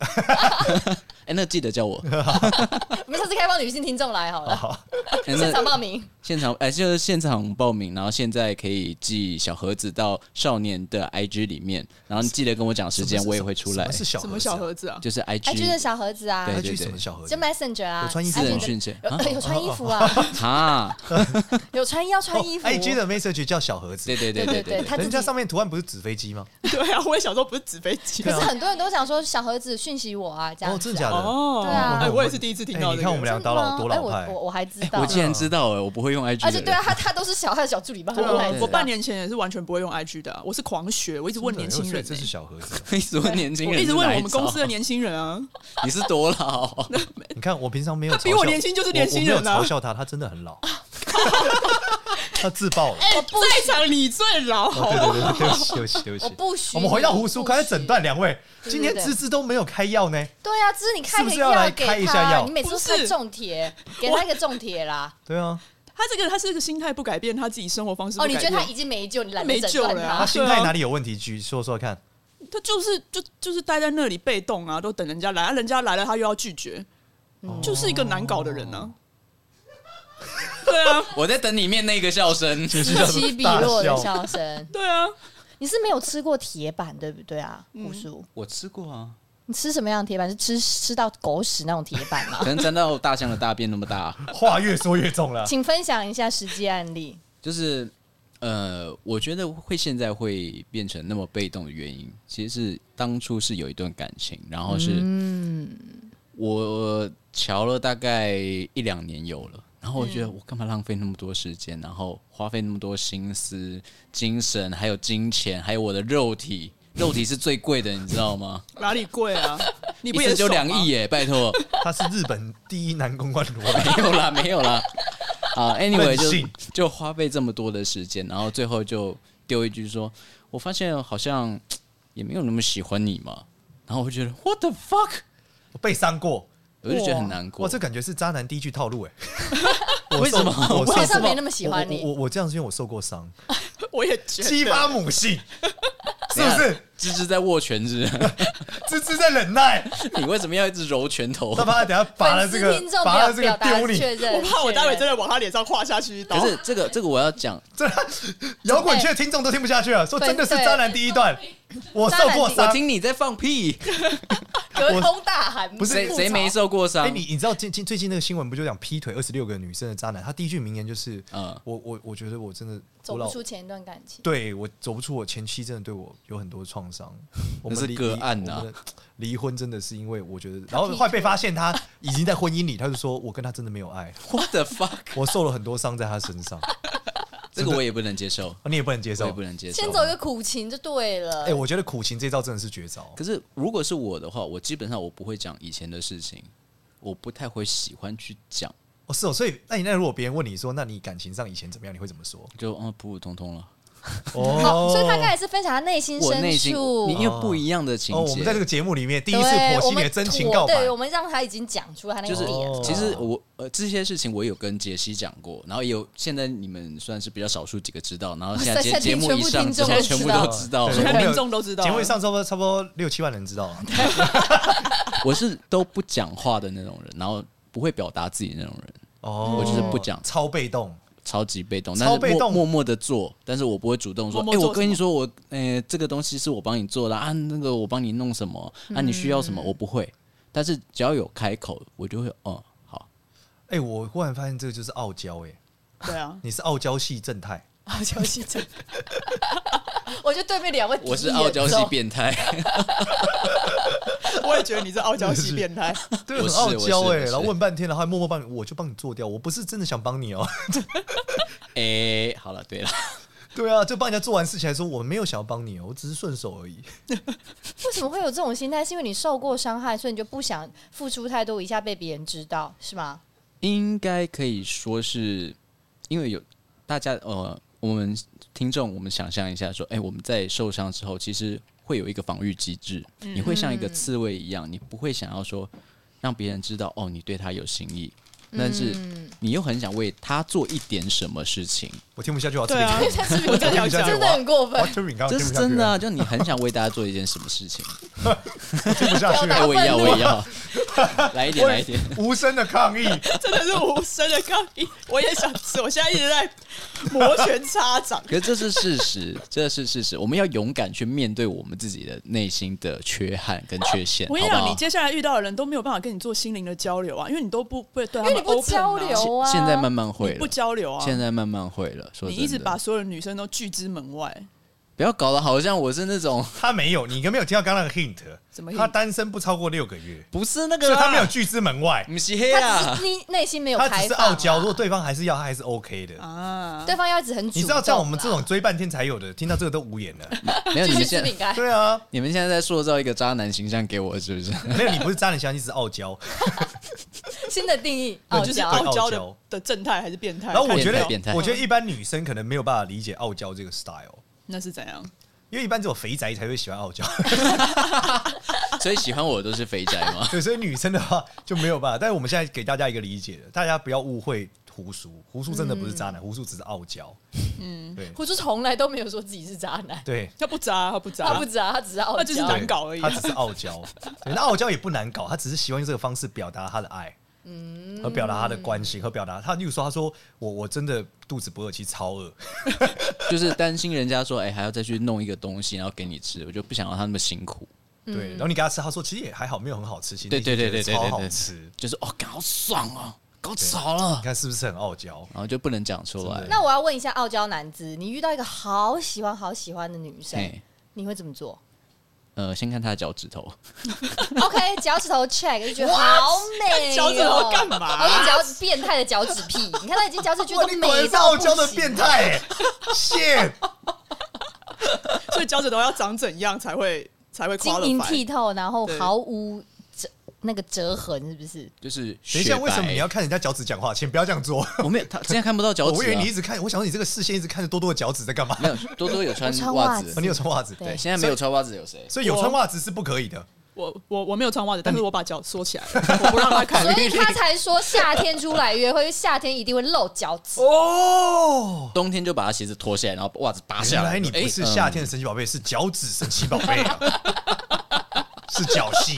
D: 哎，那记得叫我
B: 我们下次开放女性听众来好了，
D: 哎
B: 现场
D: 那
B: 报名。
D: 现场哎，就是现场报名，然后现在可以寄小盒子到少年的 IG 里面，然后你记得跟我讲 时间，我也会出来
C: 什么。是小
A: 什么小
C: 盒
A: 盒子啊？
D: 就是
B: IG 的
D: IG
B: 哎小盒子啊，
D: 对
C: 子？
D: 对
C: 去
D: 对
C: 什么小盒子
B: 就？Messenger 啊，
C: 有穿衣服
D: 私
B: IG 的呃
D: 人讯息
B: 有
D: 啊
B: 有穿衣服啊，
D: 啊，
B: 有穿要穿衣服。
C: i g 哎的 message 叫小盒子
D: 对，对对
B: 对
D: 对
B: 对
D: 对
B: 他
D: 对，
B: 自己
C: 人家上面图案不是纸飞机吗？
A: 对啊，我也想说不是纸飞机
B: 可
C: 对
B: 是
C: 啊
B: 很多人都想说小盒子讯息我啊，这样
C: 哦，
B: 子
C: 真
B: 啊
C: 的假的？
A: 哦。
B: 对啊
A: 哎，我也是第一次听到
C: 哎
A: 这
C: 你
A: 个。
C: 看我们俩
B: 真
C: 当
B: 的吗
C: 老多老
B: 哎
C: 派
B: 我，我我还知道
D: 我，竟然知道哎，我不会用 IG，
B: 而
D: 的
B: 且
D: 人
B: 对 啊，他他都是小他的小助理帮他
A: 我
B: 拍
A: 我
B: 的。
A: 啊
B: 啊
A: 我半年前也是完全不会用 IG 的啊，我是狂学，我一直问年轻
C: 真的
A: 人
C: 哦所以这是
A: 欸，
C: 小盒 子。
D: 一直问年轻
A: 我
D: 人，
A: 一直问我们公司的，年轻人啊，
D: 你是多老？
C: 你看我平常没有嘲笑，
A: 比我年轻就是年轻人啊
C: 我我没有嘲笑他，他真 的很老。他自爆了。
A: 哎在场你最老，
C: 哦，对对对，对不起，对不起，对不
B: 我
C: 起。
B: 不许
C: 我
B: 你。
C: 们回到胡叔，
B: 不
C: 刚才
B: 许
C: 诊断两位，
B: 对
C: 今天
B: 对
C: 芝芝都没有开药呢。
B: 对啊，只是你开
C: 是不
B: 个
C: 是要来
B: 给
C: 开一下
B: 他
C: 药
B: 你每次都
A: 不是
B: 开重贴，给
A: 我
B: 他一个重贴 啦。
C: 对啊，
A: 他这个他是个心态不改变，他自己生活方式不
B: 哦，
A: 改
B: 你
A: 变
B: 觉得他已经没救，你懒得
A: 没
B: 诊
A: 救
B: 断
A: 了
B: 他
C: 他
A: 啊
C: 心态哪里有问题？举说说看。
A: 他就是就就是待在那里被动啊，都等人家来，啊人家来了他又要拒绝，就是一个难搞的人呢、啊。对啊，
D: 我在等里面那个笑声，
B: 此起彼落的
C: 大笑
B: 笑声。
A: 对啊，
B: 你是没有吃过铁板对不对啊，胡叔？
D: 我吃过啊，
B: 你吃什么样的铁板？是吃吃到狗屎那种铁板啊吗
D: 可？能沾到大象的大便那么大。
C: 话越说越重了。
B: 请分享一下实际案例。
D: 就是呃，我觉得会现在会变成那么被动的原因，其实是当初是有一段感情，然后是
A: 嗯
D: 我瞧了大概一两年有了。然后我觉得我干嘛浪费那么多时间，然后花费那么多心思、精神，还有金钱，还有我的肉体，肉体是最贵的，你知道吗？
A: 哪里贵啊？ 你
D: 一
A: 不
D: 次
A: 也
D: 就
A: 手吗
D: 两亿？耶，拜托，
C: 他是日本第一男公关罗兰，
D: 没有 啦，没有啦。啊，anyway
C: 任性
D: 就就花费这么多的时间，然后最后就丢一句说：“我发现好像也没有那么喜欢你嘛。”然后我就觉得 What the fuck，
C: 我被伤过，
D: 我就觉得很难过
C: 哇，。这感觉是渣男第一句套路 哎。
D: 为什么
C: 我受
B: 我好像没那么喜欢
C: 我我
B: 你。
C: 我我这样是因为我受过伤，
A: 我也觉
C: 激
A: 得。
C: 发母性，是不是？？
D: 芝芝在握拳是不
C: 芝
D: 是？
C: 芝在忍耐，
D: 你为什么要一直揉拳头
C: 他？怕等下拔了
B: 粉
C: 这
B: 丝
C: 个
B: 听众，
C: 拔
B: 表
C: 了这个
B: 表达
C: 丢
B: 确
C: 你。
B: 认，
A: 我怕我待会真
B: 的
A: 的往他脸上划下去一刀。
D: 可是这个这个我要讲，
C: 摇滚区的听众都听不下去了，说真的是
B: 对
C: 渣男第一段， 我受过
D: 我
C: 伤。
D: 听你在放屁，
B: 隔空大喊，
C: 不是
D: 谁
B: 吐槽
D: 谁没受过伤
C: 哎，？你你知道近近最近那个新闻不就讲劈腿二十六个女生的渣男？他第一句名言就是，
D: 嗯
C: 我我我觉得我真的
B: 走
C: 我
B: 不
C: 老
B: 出前一段感情。
C: 对我走不出我前妻真的对我有很多创 伤，我们
D: 是
C: 离
D: 个案啊呐
C: 我 们的离婚真的是因为我觉得，然后后来被发现他已经在婚姻里，他就说我跟他真的没有爱，
D: ，What the fuck？
C: 我受了很多伤在他身上，哦
D: 这个我也不能接受，
C: 你也不能接
D: 我
C: 受
D: 也不。能接受。
B: 先走一个苦情就对了。
C: 哎、我觉得苦情这招真的是绝招
D: 可，是如果是我的话，我基本上我不会讲以前的事情，我不太会喜欢去讲，
C: 哦是哦，所以那你那如果别人问你说，那你感情上以前怎么样，你会怎么说？
D: 就嗯普普通通了。
B: 好，所以他刚
C: 哦
B: 才是分享他内心
D: 我内
B: 深
D: 心你
B: 处。
D: 因为不一样的情
C: 哦，我
D: 节，
C: 们在这个节目里面第
B: 第
C: 一次剖析你的真情告白
B: 对，，我们让他已经讲出他那
D: 就
B: 个
D: 是
B: 点。
C: 哦
D: 其实我呃这些事情我有跟杰西讲过，然后也有现在你们算是比较少数几个知道，然后 现在
B: 哇
D: 节
B: 塞
D: 节目一上之
B: 现
D: 后
B: 在全
D: 全部
B: 部
D: 都
B: 听众
D: 知道
C: 对
A: 全
D: 了，
A: 部民众都知道了啊
C: 节目上差不多差不多六七万人知道啊，
D: 我是都不讲话的那种人，然后不会表达自己那种人，
C: 哦，
D: 我就是不讲
C: 超被动。
D: 超级被动，但
C: 超
D: 是
C: 被
D: 默
C: 动
D: 默默的做，但是我不会主动说，
A: 默
D: 哎、
A: 默做
D: 我跟你说，我呃这个东西是我帮你做的啊，那个我帮你弄什么啊，你需要什么，我不会，但是只要有开口，我就会，哦、好，
C: 哎、我忽然发现这个就是傲娇，哎，
A: 对 啊，
C: 你是傲娇系正太，
B: 傲娇系真的，我觉得对面两位
D: 我是傲娇系
B: 敌人
D: 变态，
A: 我也觉得你是傲娇系变态。
C: 对，
D: 我
C: 很
D: 是
C: 傲娇
D: 我
C: 哎、
D: 是我是
C: 然后问半天，然后还默默帮你，我就帮你做掉，我不是真的想帮 你哦、
D: 哎、好了，对了，
C: 对啊，就帮人家做完事情，还说我没有想要帮你哦、我只是顺手而已。
B: 为什么会有这种心态？是因为你受过伤害，所以你就不想付出太多，一下被别人知道，是吗？
D: 应该可以说是因为有大家呃，我们听众，我们想象一下说，哎、我们在受伤之后，其实会有一个防御机制，你会像一个刺猬一样，你不会想要说让别人知道哦，你对他有心意，嗯但是
B: 嗯
D: 你又很想为他做一点什么事情，
C: 我听不下去，我要吃
A: 对
C: 饼
A: 啊 我真的要
C: 干，讲
A: 讲
C: 哎
B: 真的很过
C: 我要
B: 分，
C: 吃饼干，我
D: 这
C: 听
D: 是
C: 不下去
D: 真的、
C: 了，
D: 啊，就你很想为大家做一件什么事 情，
C: 听不下去
D: 哎、
C: 了，
D: 我也要，我也要，来一点，来一点，
C: 无声的抗议。
A: 真的是无声的抗议。我也想吃，我现在一直在摩拳擦掌。
D: 可是这是事实， 这是事实。我们要勇敢去面对我们自己的内心的缺憾跟缺陷，
A: 我跟你
D: 好不
A: 讲，
D: 好
A: 你？接下来遇到的人都没有办法跟你做心灵的交流啊，因为你都不不对他们
B: 因为你不
A: open 啊
B: 交流啊。
D: 现在慢慢会
A: 你不
D: 了，
A: 交流啊，
D: 现在慢慢会了。说
A: 你
D: 真
A: 一直
D: 的
A: 把所有的女生都拒之门外。
D: 不要搞得好像我是那种
C: 他没有，你应该没有听到刚刚那个 hint，
A: 怎么 hint？
C: 他单身不超过六个月，
D: 不是那个啊
C: 所以
D: 啦，
C: 他没有拒之门外，
D: 不是黑
B: 他
D: 啊
B: 只。是内内心没有
C: 他
B: 开
C: 只是
B: 放、啊
C: 傲娇。如果，对方还是要，他还是 OK 的。
A: 啊，
B: 对方要一直很主动啊，
C: 你知道，像我们这种追半天才有的，听到这个都无言了。
D: 没有，你
B: 继续
D: 们
B: 吃
D: 现
B: 饼
D: 在
B: 干，
C: 对啊，
D: 你们现在在塑造一个渣男形象给我，是不是？
C: 没有你不是渣男，相信是傲娇。
B: 新的定义，傲
A: 哦就是
B: 娇。
C: 对
A: 傲娇
C: 傲娇
A: 的的正态还是变态？
C: 然后我
A: 哎看你
C: 觉
D: 变
C: 得
D: 态变态，
C: 我觉得一般女生可能没有办法理解傲娇这个 style，
A: 那是怎样？
C: 因为一般只有肥宅才会喜欢傲娇，
D: 所以喜欢我的都是肥宅吗？
C: 对，所以女生的话就没有办法。但是我们现在给大家一个理解的，大家不要误会胡叔，胡叔真的不是渣男，胡叔只是傲娇。嗯，对
B: 胡叔从来都没有说自己是渣男，
C: 对。啊
A: 他不渣，他不渣，啊
B: 他不渣，他只是傲
A: 他
B: 娇。
A: 就是难搞而已
C: 他只是傲娇，对那傲娇也不难搞，他只是喜欢用这个方式表达他的爱。和表达他的关心，和表达他，例如说，他说我我真的肚子不饿，其实超饿，
D: 就是担心人家说，哎、还要再去弄一个东西，然后给你吃，我就不想要他那么辛苦。
C: 对。然后你给他吃，他说其实也还好，没有很好吃，其实
D: 对对对对对
C: 超
D: 对
C: 好
D: 对，
C: 吃。
D: 就是哦，干好爽哦，搞吵
C: 你
D: 了，
C: 看是不是很傲娇？
D: 然后就不能讲出
C: 真
D: 来。
B: 那我要问一下傲娇男子，你遇到一个好喜欢好喜欢的女生，
D: 哎，
B: 你会怎么做
D: 呃，先看他的脚趾头，
B: ？OK，脚 趾头 check 就觉得好美、哦，
A: 脚趾头干嘛
B: 我跟脚趾变态的脚趾屁，你看他已经脚 趾觉
C: 哇，
B: 得
C: 你果然
B: 美
C: 是
B: 到
C: 傲
B: 不
C: 娇的
B: 行
C: 变态、欸，谢。
A: 所以脚趾头要长怎样才会才会
B: 晶莹
A: qualify？
B: 剔透，然后
A: 对
B: 毫无折那个折痕，是不是？
D: 就是
C: 等一
D: 雪
C: 下，
D: 白
C: 为什么你要看人家脚趾讲话？请不要这样做。
D: 我没有，他现在看不到脚趾、啊。
C: 我以为你一直看，我想说你这个视线一直看着多多的脚趾在干嘛？
D: 没有多多有穿
B: 我穿袜
D: 袜
B: 子
D: 子
C: 哦，你有穿袜子，
B: 对
D: 对，现在没有穿袜子 有谁？
C: 所以有穿袜子是不可以的。
A: 我我我没有穿袜子，但是我把脚缩起来，我不让他看。
B: 所以他才说夏天出来约会，夏天一定会露脚 趾。
C: 哦，
D: 冬天就把他鞋子脱下来，然后袜子拔
C: 原
D: 下
C: 来
D: 来。
C: 你不
D: 哎
C: 是
D: 嗯
C: 夏天的神奇宝贝，是脚趾神奇宝贝啊，是脚戏，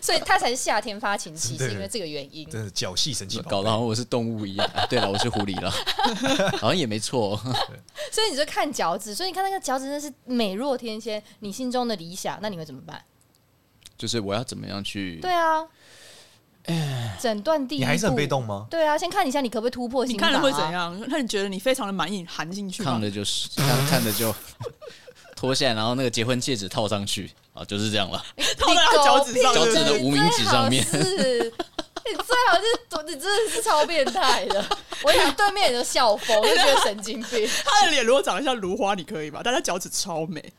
B: 所以他才是夏天发情期，
C: 对
B: 是因为这个原因。
C: 真的脚戏神奇宝
D: 搞
C: 贝
D: 得。好像我是动物一样。啊对了，我是狐狸了， 好像也没错。
B: 所以你就看脚趾，所以你看那个脚趾真的是美若天仙，你心中的理想，那你会怎么办？
D: 就是我要怎么样去？
B: 对啊，诊断第一，
C: 你还是很被。动吗？
B: 对啊，先看一下你可不可以突破
A: 你
B: 心法啊、
A: 看了会怎样？那你觉得你非常的满意，你含进去吗
D: 看？的就是看看的就 脱下来，然后那个结婚戒指套上去啊，就是这样了。
A: 套在他脚趾上，
D: 你狗屁
A: 对不对
D: 脚趾的无名指上面
B: 最好是，你最好是，你真的是超变态的。我想对面人都笑疯，我就觉得神经病。
A: 他的脸如果长得像芦花，你可以吧？但他脚趾超美，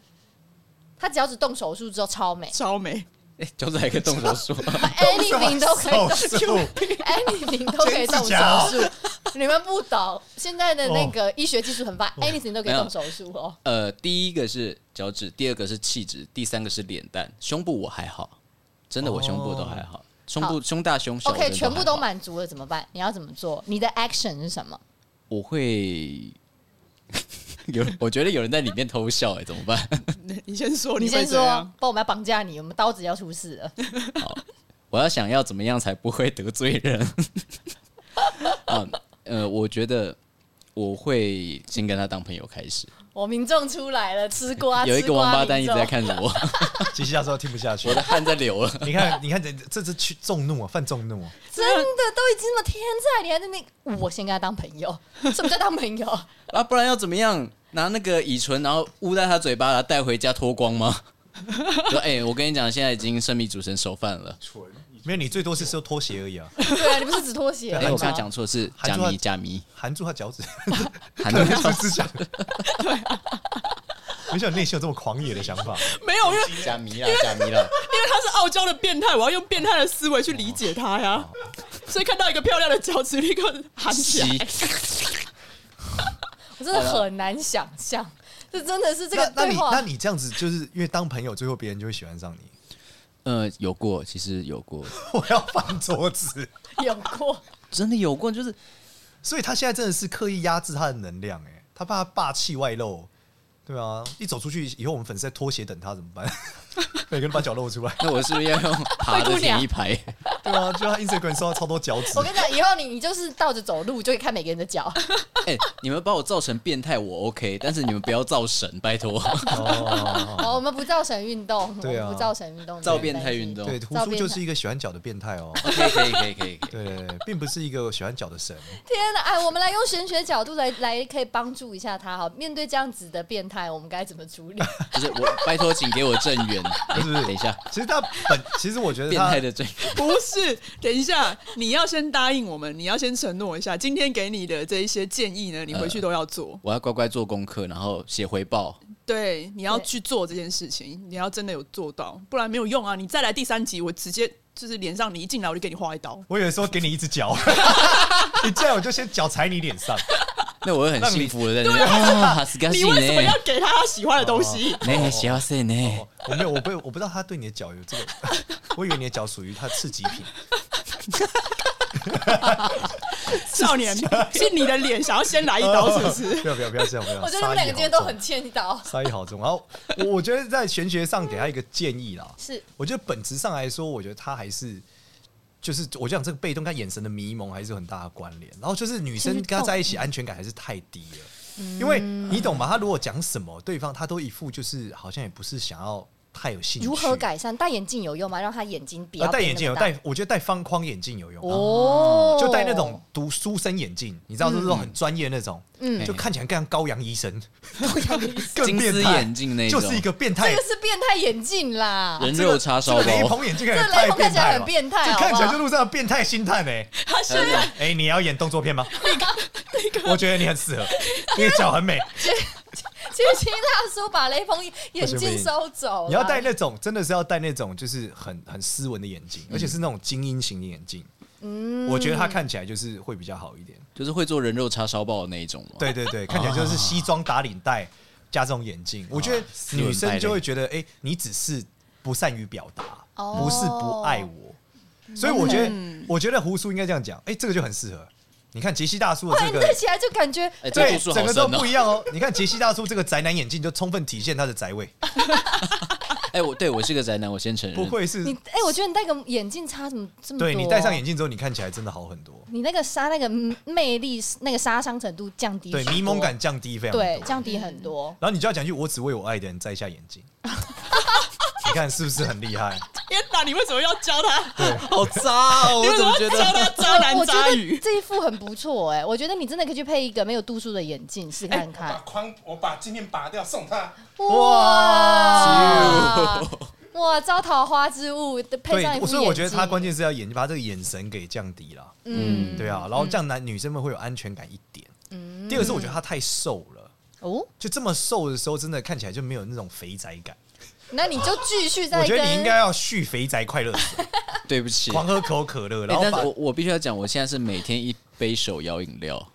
B: 他脚趾动手术之后超美
A: 超美。
D: 哎，脚趾还可以动手术，啊
B: ，anything 都可以
C: 手 术，
B: ，anything 都可以动手术。你们不懂，现在的
A: 哦
B: 那个医学技术很发达，anything 都可以动手术哦。
D: 呃，第一个是脚趾，第二个是气质，第三个是脸蛋，胸部我还好，真的我胸部都还好，胸部胸大胸小
B: 哦 OK，
D: 真的
B: 全部都
D: 还好。
B: 满足了怎么办？你要怎么做？你的 action 是什么？
A: 哦
D: 我会 有，我觉得有人在里面偷笑，哎，怎么办？
A: 你先说，
B: 你
A: 会
B: 先
A: 怎
B: 说
A: 样？，
B: 不然我们要绑架你，我们刀子要出事了。
D: 我要想要怎么样才不会得罪人？ 啊，呃，我觉得我会先跟他当朋友开始。
B: 我民众出来了，吃瓜，
D: 有一
B: 啊吃
D: 个
B: 瓜
D: 王八
B: 民
D: 蛋一直
B: 众
D: 在看着我，
C: 杰西亚说听不下去
D: 我。的汗在流了。
C: 你看，你看，这这这去众怒啊，犯众怒啊！
B: 真的都已经那么天才，你还在那？我先跟他当朋友，什么叫当朋友？
D: 啊，不然要怎么样？拿那个乙醇，然后捂在他嘴巴，然后带回家脱光 吗？说，哎、我跟你讲，现在已经生米煮成熟饭了。
E: 纯
C: 没有，你最多是收拖鞋而已啊，
B: 对啊，你不是只拖 鞋
D: 哎、
B: 吗？
D: 我刚才讲错是
C: 含
D: 假
C: 住他
D: 迷，假迷，
C: 含住他脚趾，
D: 含
C: 可
D: 的
C: 能就是 这样。 没想到内心有这么狂野的想法。
A: 没有，因为
D: 假迷啦，假迷
A: 因
D: 啦。
A: 为他是傲娇的变态，我要用变态的思维去理解他呀。 所以看到一个漂亮的脚趾，立刻喊起来。
D: 吸，
B: 我真的很难想象，这真的是这个
C: 那那
B: 对
C: 你那
B: 话。
C: 你这样子，就是因为当朋友，最后别人就会喜欢上你。
D: 呃，有过，其实有过，
C: 我要翻桌子，
B: 有 过，
D: 真的有过，就是
C: 所以他现在真的是刻意压制他的能量、哎，他怕他霸气外露。对啊，一走出去以后，我们粉丝在拖鞋等他怎么办？ 每个人把脚露出来。
D: 那我是不是要用爬
B: 灰
D: 的
B: 姑娘
D: 舔一 排？
C: 对啊，就他 Instagram 收到超多脚趾
B: 我。跟你讲，以后你你就是倒着走路，就可以看每个人的 脚。
D: 哎、你们把我造成变态，我 OK，但是你们不要造神，拜 托，
C: 哦，
B: 哦，我们不造成运动，
C: 对啊
B: 我们不造成运动，
D: 造变态运。动。
C: 对，胡
B: 照
C: 叔
B: 片
C: 就是一个喜欢脚的变态哦。
D: OK，可以，可以，可以，可以。
C: 对，并不是一个喜欢脚的神。
B: 天哪！哎，我们来用玄学角度来来，可以帮助一下他哈。面对这样子的变态，我们该怎么处 理？
C: 啊
D: 就是我拜托，请给我正缘，
C: 不是
D: 哎等一下，
C: 其实他本，其实我觉得
D: 变
C: 他
D: 态的正缘，
A: 不是，等一下，你要先答应我们，你要先承诺一下，今天给你的这一些建议呢，你回去都要做。
D: 我要乖乖做功课，然后写回 报。
A: 对，你要
B: 对
A: 去做这件事情，你要真的有做到，不然没有用啊！你再来第三集，我直接就是脸上你一进来我就给你划一刀。
C: 我以为说给你一 只脚，你这样我就先脚踩你脸上。
D: 那我会很
C: 让你
D: 幸福的在那边 啊，斯卡
A: 你
D: 西
A: 为什么要
D: 呢？
A: 给他他喜欢的东西？
D: 那幸せ呢
C: 哦？我没有，我不，我不知道他对你的脚有这个， 我以为你的脚属于他次级品。
A: 少年，是你的脸想要先
B: 哎
A: 来一刀，是不 是？
C: 哦不要不要不要这样，不要。
B: 我觉得你们两个今天都很欠刀。
C: 杀意好重。然后我我觉得在玄学上给他一个建议啦，
B: 是，
C: 我觉得本质上来说，我觉得他还是就是我讲这个被动跟眼神的迷蒙还是有很大的关联。然后就是女生
B: 先去
C: 跟
B: 动
C: 他在一起安全感还是太低了，
B: 嗯
C: 因为你懂吗？他如果讲什么，对方他都一副就是好像也不是想要太有兴趣。
B: 如何？改善？戴眼镜有用吗？让他眼睛比较
C: 啊，戴
B: 变
C: 眼
B: 那
C: 镜有
B: 么大
C: 戴，我觉得戴方框眼镜有用。啊
B: 哦，
C: 就戴那种读书生眼镜，你知道，就是那种很专业那种，
B: 嗯
C: 就看起来更像高阳 医生， 更
D: 哎金
C: 变
D: 丝
C: 态
D: 眼镜那一种，
C: 就是一个变态
B: 这个是变态眼镜啦，
D: 人肉叉
C: 啊
D: 烧
C: 这个雷
D: 包，
C: 朋眼镜
B: 这
C: 看起来
B: 雷
C: 太
B: 蒙看
C: 变
B: 起来
C: 态
B: 很
C: 了，
B: 变态，
C: 这
B: 好
C: 看
B: 不
C: 起来
B: 好
C: 就？路上的变态星探哎
A: 他现
D: 还有
A: 在
C: 哎，你要演动作片吗？我觉得你很 适合，因为脚很美。
B: 其实大叔把雷朋眼镜收走了，
C: 你要戴那种，真的是要戴那种，就是很很斯文的眼镜，而且是那种精英型的眼镜。
B: 嗯
C: 我觉得他看起来就是会比较好一点。
D: 就是会做人肉叉烧包的那一种嘛。
C: 对对对，看起来就是西装打领带加这种眼镜，我觉得
D: 斯文
C: 女
D: 败
C: 生
D: 类
C: 就会觉得，哎，你只是不善于表达，
B: 哦
C: 不是不爱我。所以我觉得
A: 嗯，
C: 我觉得胡叔应该这样讲，哎，这个就很适合。你看杰西大叔的
B: 哇，
C: 这
B: 你
C: 个，
B: 戴起来就感觉
D: 哎，这
C: 对，
D: 度数
C: 整
D: 好
C: 个
D: 深
C: 都不
D: 哦。
C: 一样哦。你看杰西大叔这个宅男眼镜，就充分体现他的宅味，
D: 嗯哎，我对我是个宅男，我先承认。
C: 不愧是
B: 你哎，我觉得你戴个眼镜差怎么这么多？啊
C: 对你戴上眼，镜之后，你看起来真的好很多，
B: 你那个杀那个魅力那个杀伤程度降低，
C: 对迷蒙，感降低非常多。
B: 对降低很多。
C: 然后你就要讲一句“我只为我爱的人摘下眼 镜”，你看是不是很厉害？
A: 天哪！你为什么要教他？
D: 好渣 哦！
A: 你为
D: 我
A: 什
D: 怎
A: 么
D: 么觉
A: 要教
D: 得？
A: 他渣男
B: 我觉
A: 渣
B: 得
A: 语？
B: 这一副很不错哎、我觉得你真的可以去配一个没有度数的眼镜试看
E: 我把
B: 看。
E: 框，我把镜片拔掉送他，
D: 啊
B: 哇哇，招桃花之物配上一
C: 对，
B: 副
C: 所以我觉得他关
B: 键
C: 键是要眼睛把他这个眼神给降低了，
B: 嗯
C: 对啊，然后这样男女生们会有安全感一点。第二个是我觉得他太瘦了，
B: 哦，
C: 就这么瘦的时候，真的看起来就没有那种肥宅感。
B: 那你就继续
C: 我
B: 再
C: 觉
B: 跟
C: 得你应该要续肥宅快乐 水，
D: 对不起。
C: 狂喝可口可乐，
D: 哎
C: 然，后
D: 但
C: 把
D: 是我我必须要讲，我现在是每天一杯手摇 饮料，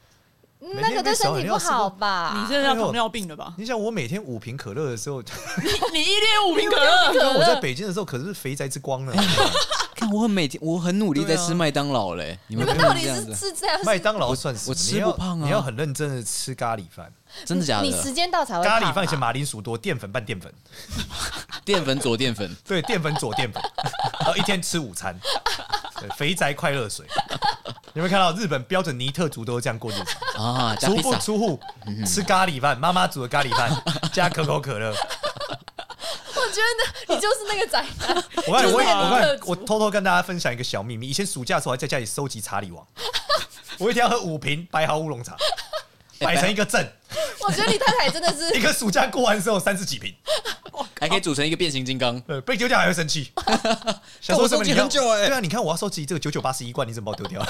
B: 嗯那个对身体不好吧？
A: 你这要糖尿病了吧？
C: 你想我每天五瓶可乐的时候，
A: 你一天五瓶可乐，
C: 我在北京的时候可是肥宅之光 呢。
D: 看我很每天我很努力在吃麦当劳
C: 啊
D: 嘞。
B: 你
D: 你们
B: 们
D: 不能
B: 到底
D: 这样
B: 是
D: 子，
B: 是这样？是
C: 麦当劳算什么？
D: 我吃
C: 你要
D: 不胖啊
C: 你要很认真的吃咖喱饭，
D: 真的假
B: 你
D: 的
B: 时？间到才会
C: 咖
B: 胖
C: 喱
B: 啊
C: 饭以前马铃薯多，淀粉拌淀粉，
D: 淀粉左淀粉，
C: 对，淀粉左淀粉， 然后一天吃午餐，对，肥宅快乐水。有没有看到日本标准尼特族都是这样过日子？
D: 啊，加
C: 足
D: 披
C: 不
D: 萨，
C: 出户
B: 嗯
C: 吃咖喱饭，妈妈煮的咖喱饭加可口可 乐。
B: 我觉得你就是那个宅 男，
C: 我看
B: 就是
C: 我我
B: 那个
C: 看
B: 特
C: 我
B: 族
C: 偷偷跟大家分享一个小秘密，以前暑假的时候还在家里收集查理王，我一天要喝五瓶白毫乌 龙茶，
B: 哎
C: 摆成一个阵，
B: 我觉得你太太真的 是
C: 一个暑假过完之后三十几瓶。
D: 还可以组成一个变形金刚。
C: 对，呃被丢掉还会生气，想说什么？
D: 我收集
C: 你看
D: 很久欸
C: 对啊，你看我要收集这个九九八十一罐，你怎么把我丢掉？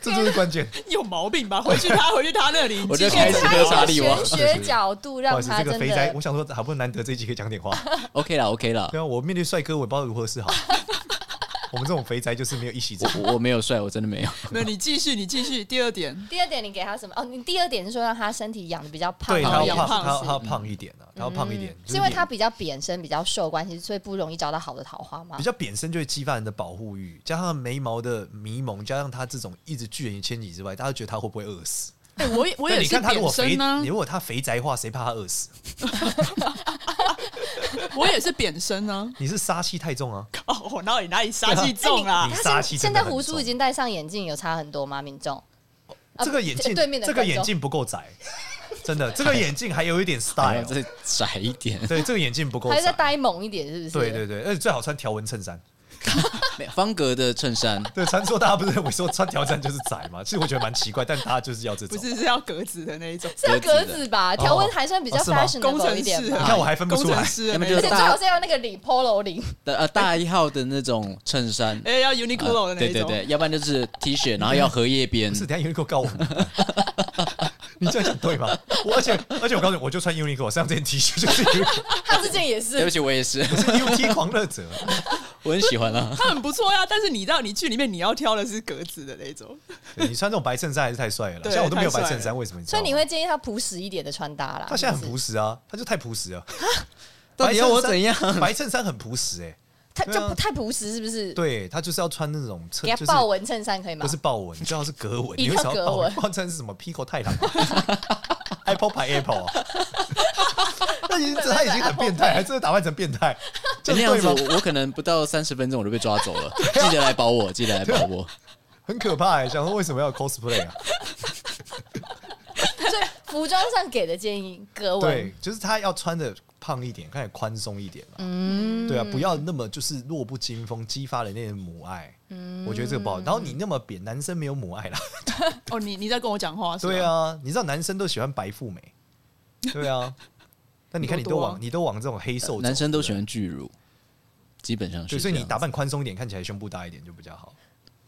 C: 这就是关键。
A: 你有毛病吧？回去 他回去他那里，
D: 我
A: 继
D: 就
A: 续
D: 开始喝沙粒王
B: 玄学角度
C: 不好
B: 让
C: 意思，
B: 他
C: 这个
B: 真
C: 肥宅，
B: 的
C: 我想说，好不容易难得这一集可以讲点话。
D: OK 啦，OK 啦，
C: 对啊，我面对帅哥，我也不知道如何是好。我们这种肥宅就是没有一席之地。
D: 我我没有帅，我真的 没有。
A: 没有，你继续，你继续。第二点，
B: 第二点，你给他什么？哦，你第二点是说让他身体养的比较胖，嗯
C: 对他
A: 养
C: 要
A: 胖
C: 胖，他要
A: 是
C: 他要胖一点啊，他要胖一点，就是
B: 因为
C: 脸
B: 他比较扁身、比较瘦的关系，所以不容易找到好的桃花吗
C: 比？较扁身就会激发人的保护欲，加上眉毛的迷蒙，加上他这种一直拒人于千里之外，大家觉得他会不会饿死？
A: 哎，我也我
C: 但
A: 也
C: 你
A: 是
C: 看他如
A: 扁
C: 果肥，
A: 身啊呢
C: 你，如果他肥宅化，谁怕他饿死？
A: 我也是扁身呢。
C: 你是杀气太重啊！
A: 哦，我哪里哪里杀气重啊啦
C: 你？
B: 他
C: 杀
B: 现
C: 气
B: 现
C: 真
B: 在
C: 的很
B: 胡叔
C: 重哦
B: 已经戴上眼镜，有差很多吗？民众，啊
C: 这个眼镜，
B: 对面的
C: 这个
B: 观众
C: 眼镜不够窄，真的，这个眼镜还有 一点
D: 哎
C: style，
D: 呀这窄一点，
C: 对，这个眼镜不够
B: 他又再
C: 窄，
B: 呆萌一点，是不是？
C: 对对对，而且最好穿条纹衬衫。
D: 没有方格的衬衫，
C: 对，传说大家不是认为说穿条纹衬衫就是窄嘛？其实我觉得蛮奇怪，但大家就是要这
A: 不
C: 种。
A: 是是要格子的那一种，
B: 是要格子吧？条纹还算比较
C: 哦是吗
A: 工
B: fashionable
A: 程
B: 一点
A: 师的，
C: 你
B: 吧，
C: 看我还分不出来
A: 工程师的那
D: 他
B: 而
A: 种
D: 们
B: 且最好是要那个领 polo 领，
D: 呃呃大一号的那种衬衫，呃
A: 哎，要
C: 哦
A: Uniqlo 的那
D: 对
A: 一
D: 对
A: 种，
D: 对，要不然就是 T 恤，然后要荷叶边
C: 不，是，等一下 Uniqlo 告我们， 你这样讲对吗？我而且而且我告诉你，我就穿 Uniqlo，上这件 T 恤就是 Uniqlo，
B: 他这件也
D: 对不
B: 是。
D: 起，我也是，
C: 我是 UT 狂热者。
D: 我很喜欢啊。
A: 它很不错呀。但是你知道，你去里面你要挑的是格子的那种，
C: 对你穿这种白衬衫还是太帅了啦，
A: 对
C: 像我都没有白
A: 太帅
C: 衬衫，为什么？
B: 所以你会建议他朴实一点的穿搭啦。
C: 他现在很
B: 是
C: 朴
B: 不是，
C: 实啊，他就太朴实了。
D: 到底要我怎样？
C: 白衬衫很朴实哎，
B: 他
C: 对啊
B: 就不太朴实，是不是？
C: 对他就是要穿那种衬
B: 给，
C: 就
B: 他
C: 是
B: 豹纹衬衫可以吗？
C: 不是豹纹，最好是格 纹。
B: 一
C: 你
B: 定
C: 为
B: 要
C: 什么要
B: 格
C: 豹纹？
B: 纹
C: 豹纹是什么？Pico 太郎、啊、，Apple 牌 Apple 啊，他已经他已经很变态，还真的打扮成变态， 这
D: 那
C: 样
D: 样
C: 对
D: 子
C: 吗？
D: 我我可能不到三十分钟我就被抓走了，记得来保我，记得来保我。
C: 很可怕哎，想说为什么要 cosplay 啊？
B: 所以服装上给的建议，格
C: 对
B: 纹，
C: 就是他要穿的胖一点，看起来宽松一点嘛。对啊，不要那么就是弱不禁风，激发了那些母爱。我觉得这个不好。然后你那么扁，男生没有母爱啦。
A: 哦，你你在跟我讲话是吧？
C: 对啊，你知道男生都喜欢白富美，对啊。但你看，你都
A: 多多
C: 往
A: 啊
C: 你都往 这种黑瘦走，
D: 男生都
C: 对
D: 喜欢巨乳，基本上
C: 对，
D: 是这
C: 所
D: 样。
C: 以你打扮宽松一点，看起来胸部大一点就比较好，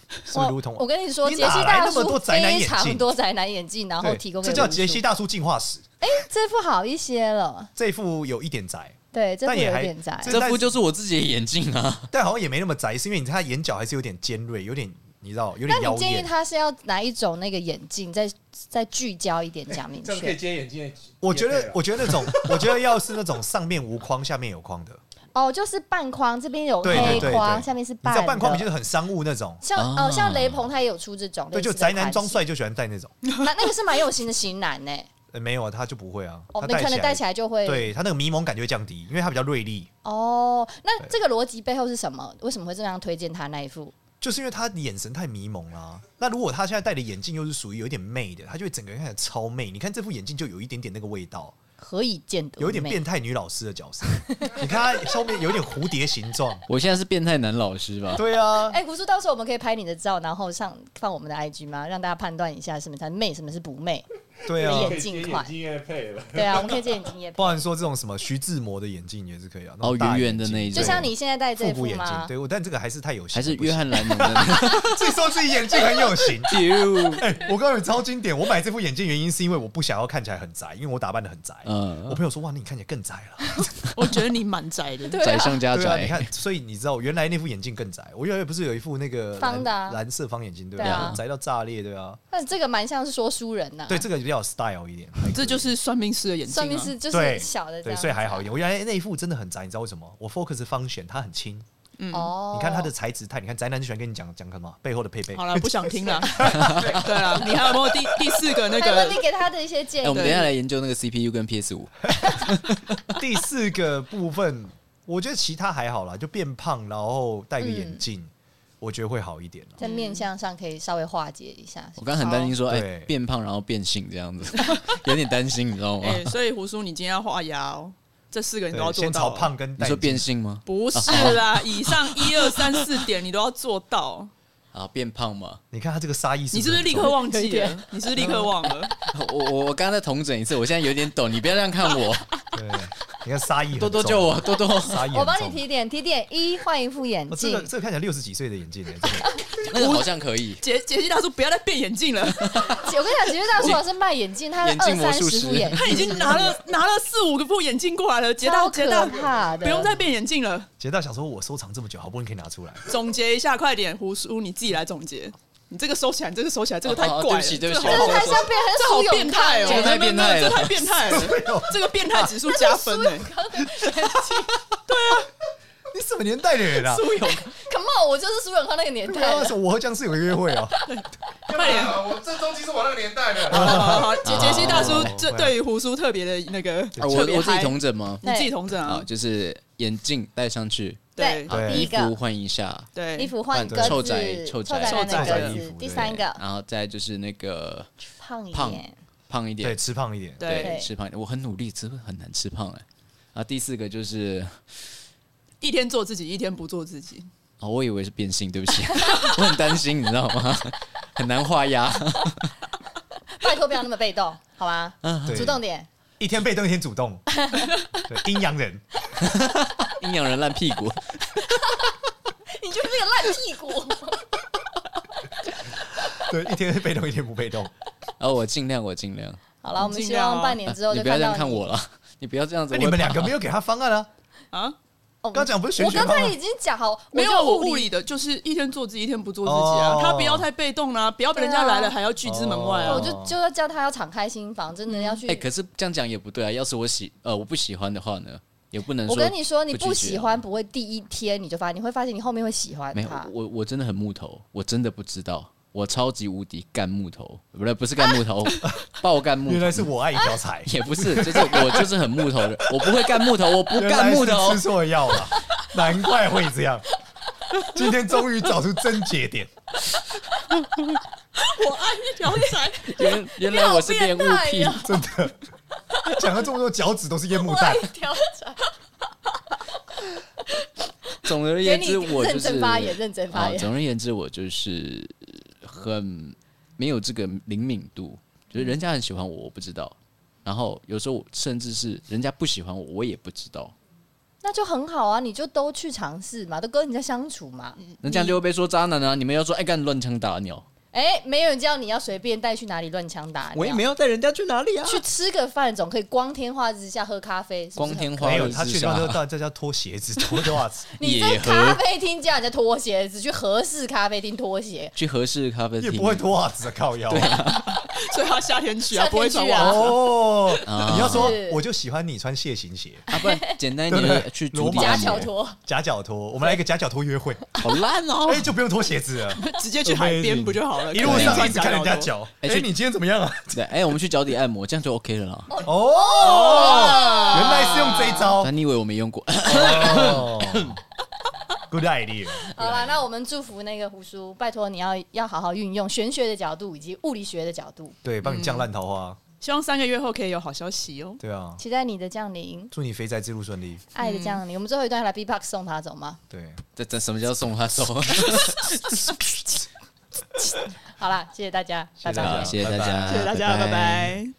C: 是不
B: 我
C: 是如同
B: 哦我跟你说，
C: 你
B: 杰
C: 哪
B: 西
C: 来
B: 大
C: 那么
B: 叔
C: 多宅男眼
B: 非
C: 镜
B: 常多宅男眼镜，然后
C: 对
B: 提供给
C: 这叫
B: 无数
C: 杰西，大叔进化史，
B: 哎，这副好一些了，
C: 这副有一点宅，
B: 对，这副
C: 但也
B: 有
C: 还
B: 点宅
C: 这，
D: 这副就是我自己的眼镜啊，
C: 但好像也没那么宅，是因为你看他眼角还是有点尖锐，有点你知道，有
B: 那
C: 点妖
B: 你建议
C: 艳。
B: 他是要哪一种那个眼镜，再再聚焦一点讲明
E: 这样可以
B: 确？
E: 接眼镜的业配了。
C: 我觉
D: 啊
C: 得，我觉得那种，我觉得要是那种上面无框，下面有框的，
B: 哦，就是半框，这边有
C: 对对
B: 黑
C: 对
B: 框，
C: 对
B: 下面是
C: 你知
B: 半
C: 道
B: 的
C: 半框就是很商务那种，
B: 像
D: 啊
B: 哦，像雷鹏他也有出这种，
C: 对，
B: 类似
C: 就
B: 的
C: 宅男装
B: 款
C: 帅就喜欢戴那种。
B: 式，那那 个是蛮有型的型男呢。
C: 呃，没有啊，他就不会啊，
B: 哦
C: 他，
B: 你可能戴起
C: 来，
B: 来就会
C: 对他那个迷蒙感就会降低，因为他比较锐利，
B: 哦。那这个逻辑背后是什么？为什么会这样推荐他那一副？
C: 就是因为他眼神太迷蒙啦、那如果他现在戴的眼镜又是属于有点媚的，他就会整个人看起来超媚。你看这副眼镜就有一点点那个味道，
B: 何以见得？
C: 有一点变。态女老师的角色。 你看他后面有点蝴蝶形状，
D: 我现在是变态男老师吧？
C: 对啊，
B: 哎，胡叔，到时候我们可以拍你的照，然后上放我们的 IG 吗？让大家判断一下什么才媚，什么是不 媚。
C: 对啊
B: 眼。
E: 可以接
B: 镜
E: 眼
B: 款
E: 镜业配了。
B: 对啊，我们可以借你经验。
C: 不然说这种什么徐志摩的眼镜也是可以啊，那种，
D: 哦
C: 大
D: 圆圆的那一
C: 眼
D: 种，
B: 就像你现在戴
C: 镜
B: 这
C: 复古眼镜，
B: 吗？
C: 对，我但这个还是太有型
D: 还
C: 了，
D: 是
C: 不行
D: 约翰兰 农 的
C: 自己说自己眼镜很有型。哎
D: 丢，
C: 我告诉你超经典，我买这副眼镜原因是因为我不想要看起来很宅，因为我打扮的很宅。我
D: 嗯，
C: 朋友说哇，你看起来更宅了。
A: 我觉得你蛮宅 的。
B: 对啊
D: 宅上加
C: 对啊，你
D: 宅，
C: 看，所以你知道原来那副眼镜更宅。我原来不是有一副那个蓝
B: 方的啊
C: 蓝色方眼镜，对不
B: 对
C: 对
B: 啊？
C: 宅到炸裂，对啊。
B: 但这个蛮像是说书人呐。
C: 对，，这个比较有 style 一点，
A: 这就是算命师的眼睛、啊，
B: 算命是就
C: 对
B: 是小的这
C: 对，
B: 样子啊，
C: 所以还好一点。我原来那一副真的很宅，你知道为什么？我 focus 方选它很轻，
A: 嗯
B: 哦。
C: 你看它的材质太，你看宅男就喜欢跟你讲讲什么背后的配备。
A: 好了，不想听 了。对了，你还有没有第第四个那
B: 还有你
A: 个？
B: 给他的一些建
D: 哎，
B: 议。
D: 我们等一下来研究那个 CPU 跟 PS 五，
C: 第四个部分，我觉得其他还好啦，就变胖，然后戴个眼镜，我觉得会好一点啦。
B: 在面相上可以稍微化解一下。
D: 我刚刚很担心说，
C: 对
D: 哎，变胖然后变性这样子， 有点担心，你知道吗？
A: 哎、所以胡叔，你今天要画牙哦，这四个你都要
C: 对，
A: 做
C: 先
A: 到
C: 朝
A: 哦。
C: 胖跟
D: 你
C: 戴
D: 说变
C: 眼镜
D: 性吗？
A: 不是啦，以上一二三四点你都要做到。
D: 啊，变胖吗？
C: 你看他这个杀意是
A: 你是不是
C: 不很
A: 立
C: 重
A: 刻忘记了？你是不是立刻忘了？
D: 我我我刚才统整一次，我现在有点抖，你不要这样看我，
C: 对，你看杀意很
D: 多多
C: 重
D: 救， 我，多多。
C: 杀意很重
B: 我帮你提点，提点一换一副眼
C: 哦这
B: 镜
C: 个。这个看起来六十几岁的眼镜耶，真的
D: 那个好像可以，
A: 杰杰西大叔，不要再变眼镜了，
B: 我跟你讲，其实大叔老师卖眼镜，他
D: 眼
B: 二
D: 镜魔
B: 三
D: 术
B: 十
D: 师
B: 副眼镜，
A: 他已经拿了 拿了四五个副眼镜过来了。杰大
B: 超
A: 杰
B: 可
A: 大，
B: 怕的，
A: 不用再变眼镜了。
C: 杰大想说，我收藏这么久，好不容易可以拿出来，
A: 总结一下，快点，胡叔你自己来总结。你这个收起来，你这个收起来，这个太
D: 哦
A: 怪
D: 哦对
A: 了，
D: 不起对不起
A: 这个好
B: 真的太像变成
A: 这好变态
B: 哎
A: 哦，
D: 这个太变态了
A: 这太变态 了，这个变态指数加分
B: 啊
A: 哎。
C: 你什么年代的人啊？
A: 苏勇，
B: Come on，我就是苏永康那个年
C: 对
B: 代
C: 啊，
B: 的
C: 什。么我和僵尸有个约会哦，
A: 快点！
E: 啊我这东西是我那个年代 的。
A: 好好好好，
D: 啊
A: 杰杰西大叔
C: 哦
A: 这对于胡叔特别的那个，
D: 啊我
A: 特别
D: 我自己
A: 嗨
D: 统整吗？
A: 你自己同整
D: 啊
A: 啊，，
D: 就是眼镜戴上去，
A: 对
B: 好
C: 对
B: 第一
D: 衣服
B: 个
D: 换一下，
A: 对，
B: 衣服换一个
D: 换
B: 字，
D: 臭宅臭
B: 臭
D: 宅
B: 宅
A: 臭
B: 那
A: 宅
B: 个
C: 衣服
B: 字。
C: 对
B: 第三个
D: 然后再就是那个
B: 胖一
D: 胖
B: 点，
D: 胖一
C: 对，
D: 点，
C: 吃胖一点，
A: 对
B: 对，
D: 吃胖一点。我很努力，真的很难吃胖哎。啊，第四个就是，
A: 一天做自己，一天不做自己。
D: 哦，我以为是变性，对不起， 我很担心，你知道吗？很难画押，
B: 拜托不要那么被动，好吗？
A: 嗯
C: 对
B: 主动点，
C: 一天被动一天主 动，对，阴阳人，
D: 阴阳人烂屁股。
B: 你就是那个烂屁股。
C: 对，一天被动一天不 被动。
D: 然后我尽量，我尽量。 啊
B: 好了，我们
A: 尽
B: 希
A: 量
B: 望
A: 哦
B: 半年之后
D: 你
B: 就
D: 不要
B: 看
D: 这
B: 到
D: 样看我了，你不要这样子。
C: 那你们两个没
D: 有？
C: 有给他方案啊？
A: 啊，
B: 哦
C: 刚讲不是选
B: 我
C: 选
B: 刚
C: 吗
B: 才已经讲 好，
A: 没有，
B: 就
A: 我
B: 物
A: 物理的就是一天做自己，一天不做自己啊
C: 哦。
A: 他不要太被动啊啦，不要被人家来了还要拒之门外
B: 我
A: 啊
C: 哦。
B: 就就要叫他要敞开心房，真的要去
D: 哎、。可是这样讲也不对啊。要是我喜呃我不喜欢的话呢，也不能说。
B: 我跟你说，你不
D: 不拒绝啊
B: 喜欢不会第一天你就发现，你会发现你后面会喜欢
D: 没有
B: 他，。
D: 我我真的很木头，我真的不知道。我超级无敌干木头，不是不是干木头，爆干木头
C: 啊原来是我爱一条财，
D: 也不是，就是我就是很木头的，我不会干木头，我不
C: 原
D: 干
C: 来
D: 木哦
C: 是
D: 头
C: 吃。错药了， 难怪会这样。今天终于找出症结点，
A: 我爱一条柴，
D: 原原来我是
B: 你好
D: 恋物
B: 变态
D: 癖，
B: 呀
C: 真的讲了这么多，脚趾都是烟幕
B: 我
C: 弹
B: 爱。调查，
D: 总而
B: 给
D: 言
B: 你
D: 之，我就
B: 认
D: 是
B: 真发言，认真发
D: 啊，
B: 言。
D: 总而言之，我就是很没有这个灵敏度，就是
B: 嗯
D: 人家很喜欢我，我不知道。然后有时候我甚至是人家不喜欢我，我也不知道。
B: 那就很好啊，你就都去尝试嘛，都跟人家相处嘛。
D: 人家就会被说渣男啊，你们要说爱干乱枪打鸟，
B: 哎、没有人叫你要随便带去哪里乱枪打，
D: 我也
B: 你
D: 没有带人家去哪里啊
B: 要。啊去吃个饭，总可以光天化日下喝咖啡。是不是
D: 光天
B: 很
D: 化
C: 没
D: 日
C: 有，他
D: 之
C: 去到就
D: 下，
C: 到这叫脱鞋子、脱袜子，
B: 你在
D: 野合
B: 咖啡厅叫人家脱鞋子，去合适咖啡厅脱鞋，
D: 去合适咖啡
C: 也
D: 厅
C: 不会脱袜子的啊靠腰。
A: 所以他夏天去啊，
B: 夏天去啊
A: 不会穿袜子。
C: 哦，
D: 啊
C: 你要说
B: 是
C: 我就喜欢你穿蟹形鞋，
D: 啊，不然简单一点就是去足底
C: 罗马
B: 夹
D: 按
B: 脚
D: 摩，
B: 脱。
C: 夹脚拖，我们来一个夹脚拖约会，
D: 好 烂哦
C: 哎，！就不用脱鞋子了，
A: 哎直接去海边不就好了？
C: 一路上一
A: 穿
C: 直看人家
A: 多。
C: 脚。
D: 哎
C: 哎，
D: 去
C: 你今天怎么样啊？
D: 对，哎，我们去脚底按摩，这样就 OK 了啦。
C: 哦，原来是用这一招
D: 但你以为我没用过？
C: 哦 ，Good idea。
B: 好了，那我们祝福那个胡叔，拜托你要要好好运用玄学的角度以及物理学的角度，
C: 对，帮你降烂桃花。
A: 希望三个月后可以有好消息哦。
C: 对啊，
B: 期待你的降临，
C: 祝你肥宅之路顺利。
B: 爱的
D: 嗯
B: 降临。我们最后一段来 B-box 送他走吗？
C: 对，
D: 这这什么叫送他走？
B: 好啦，谢谢大家，
C: 谢
B: 拜
C: 谢
B: 拜
C: 大。
D: 好，谢谢大
C: 拜
D: 家，
C: 哎拜
A: 谢谢大家，拜拜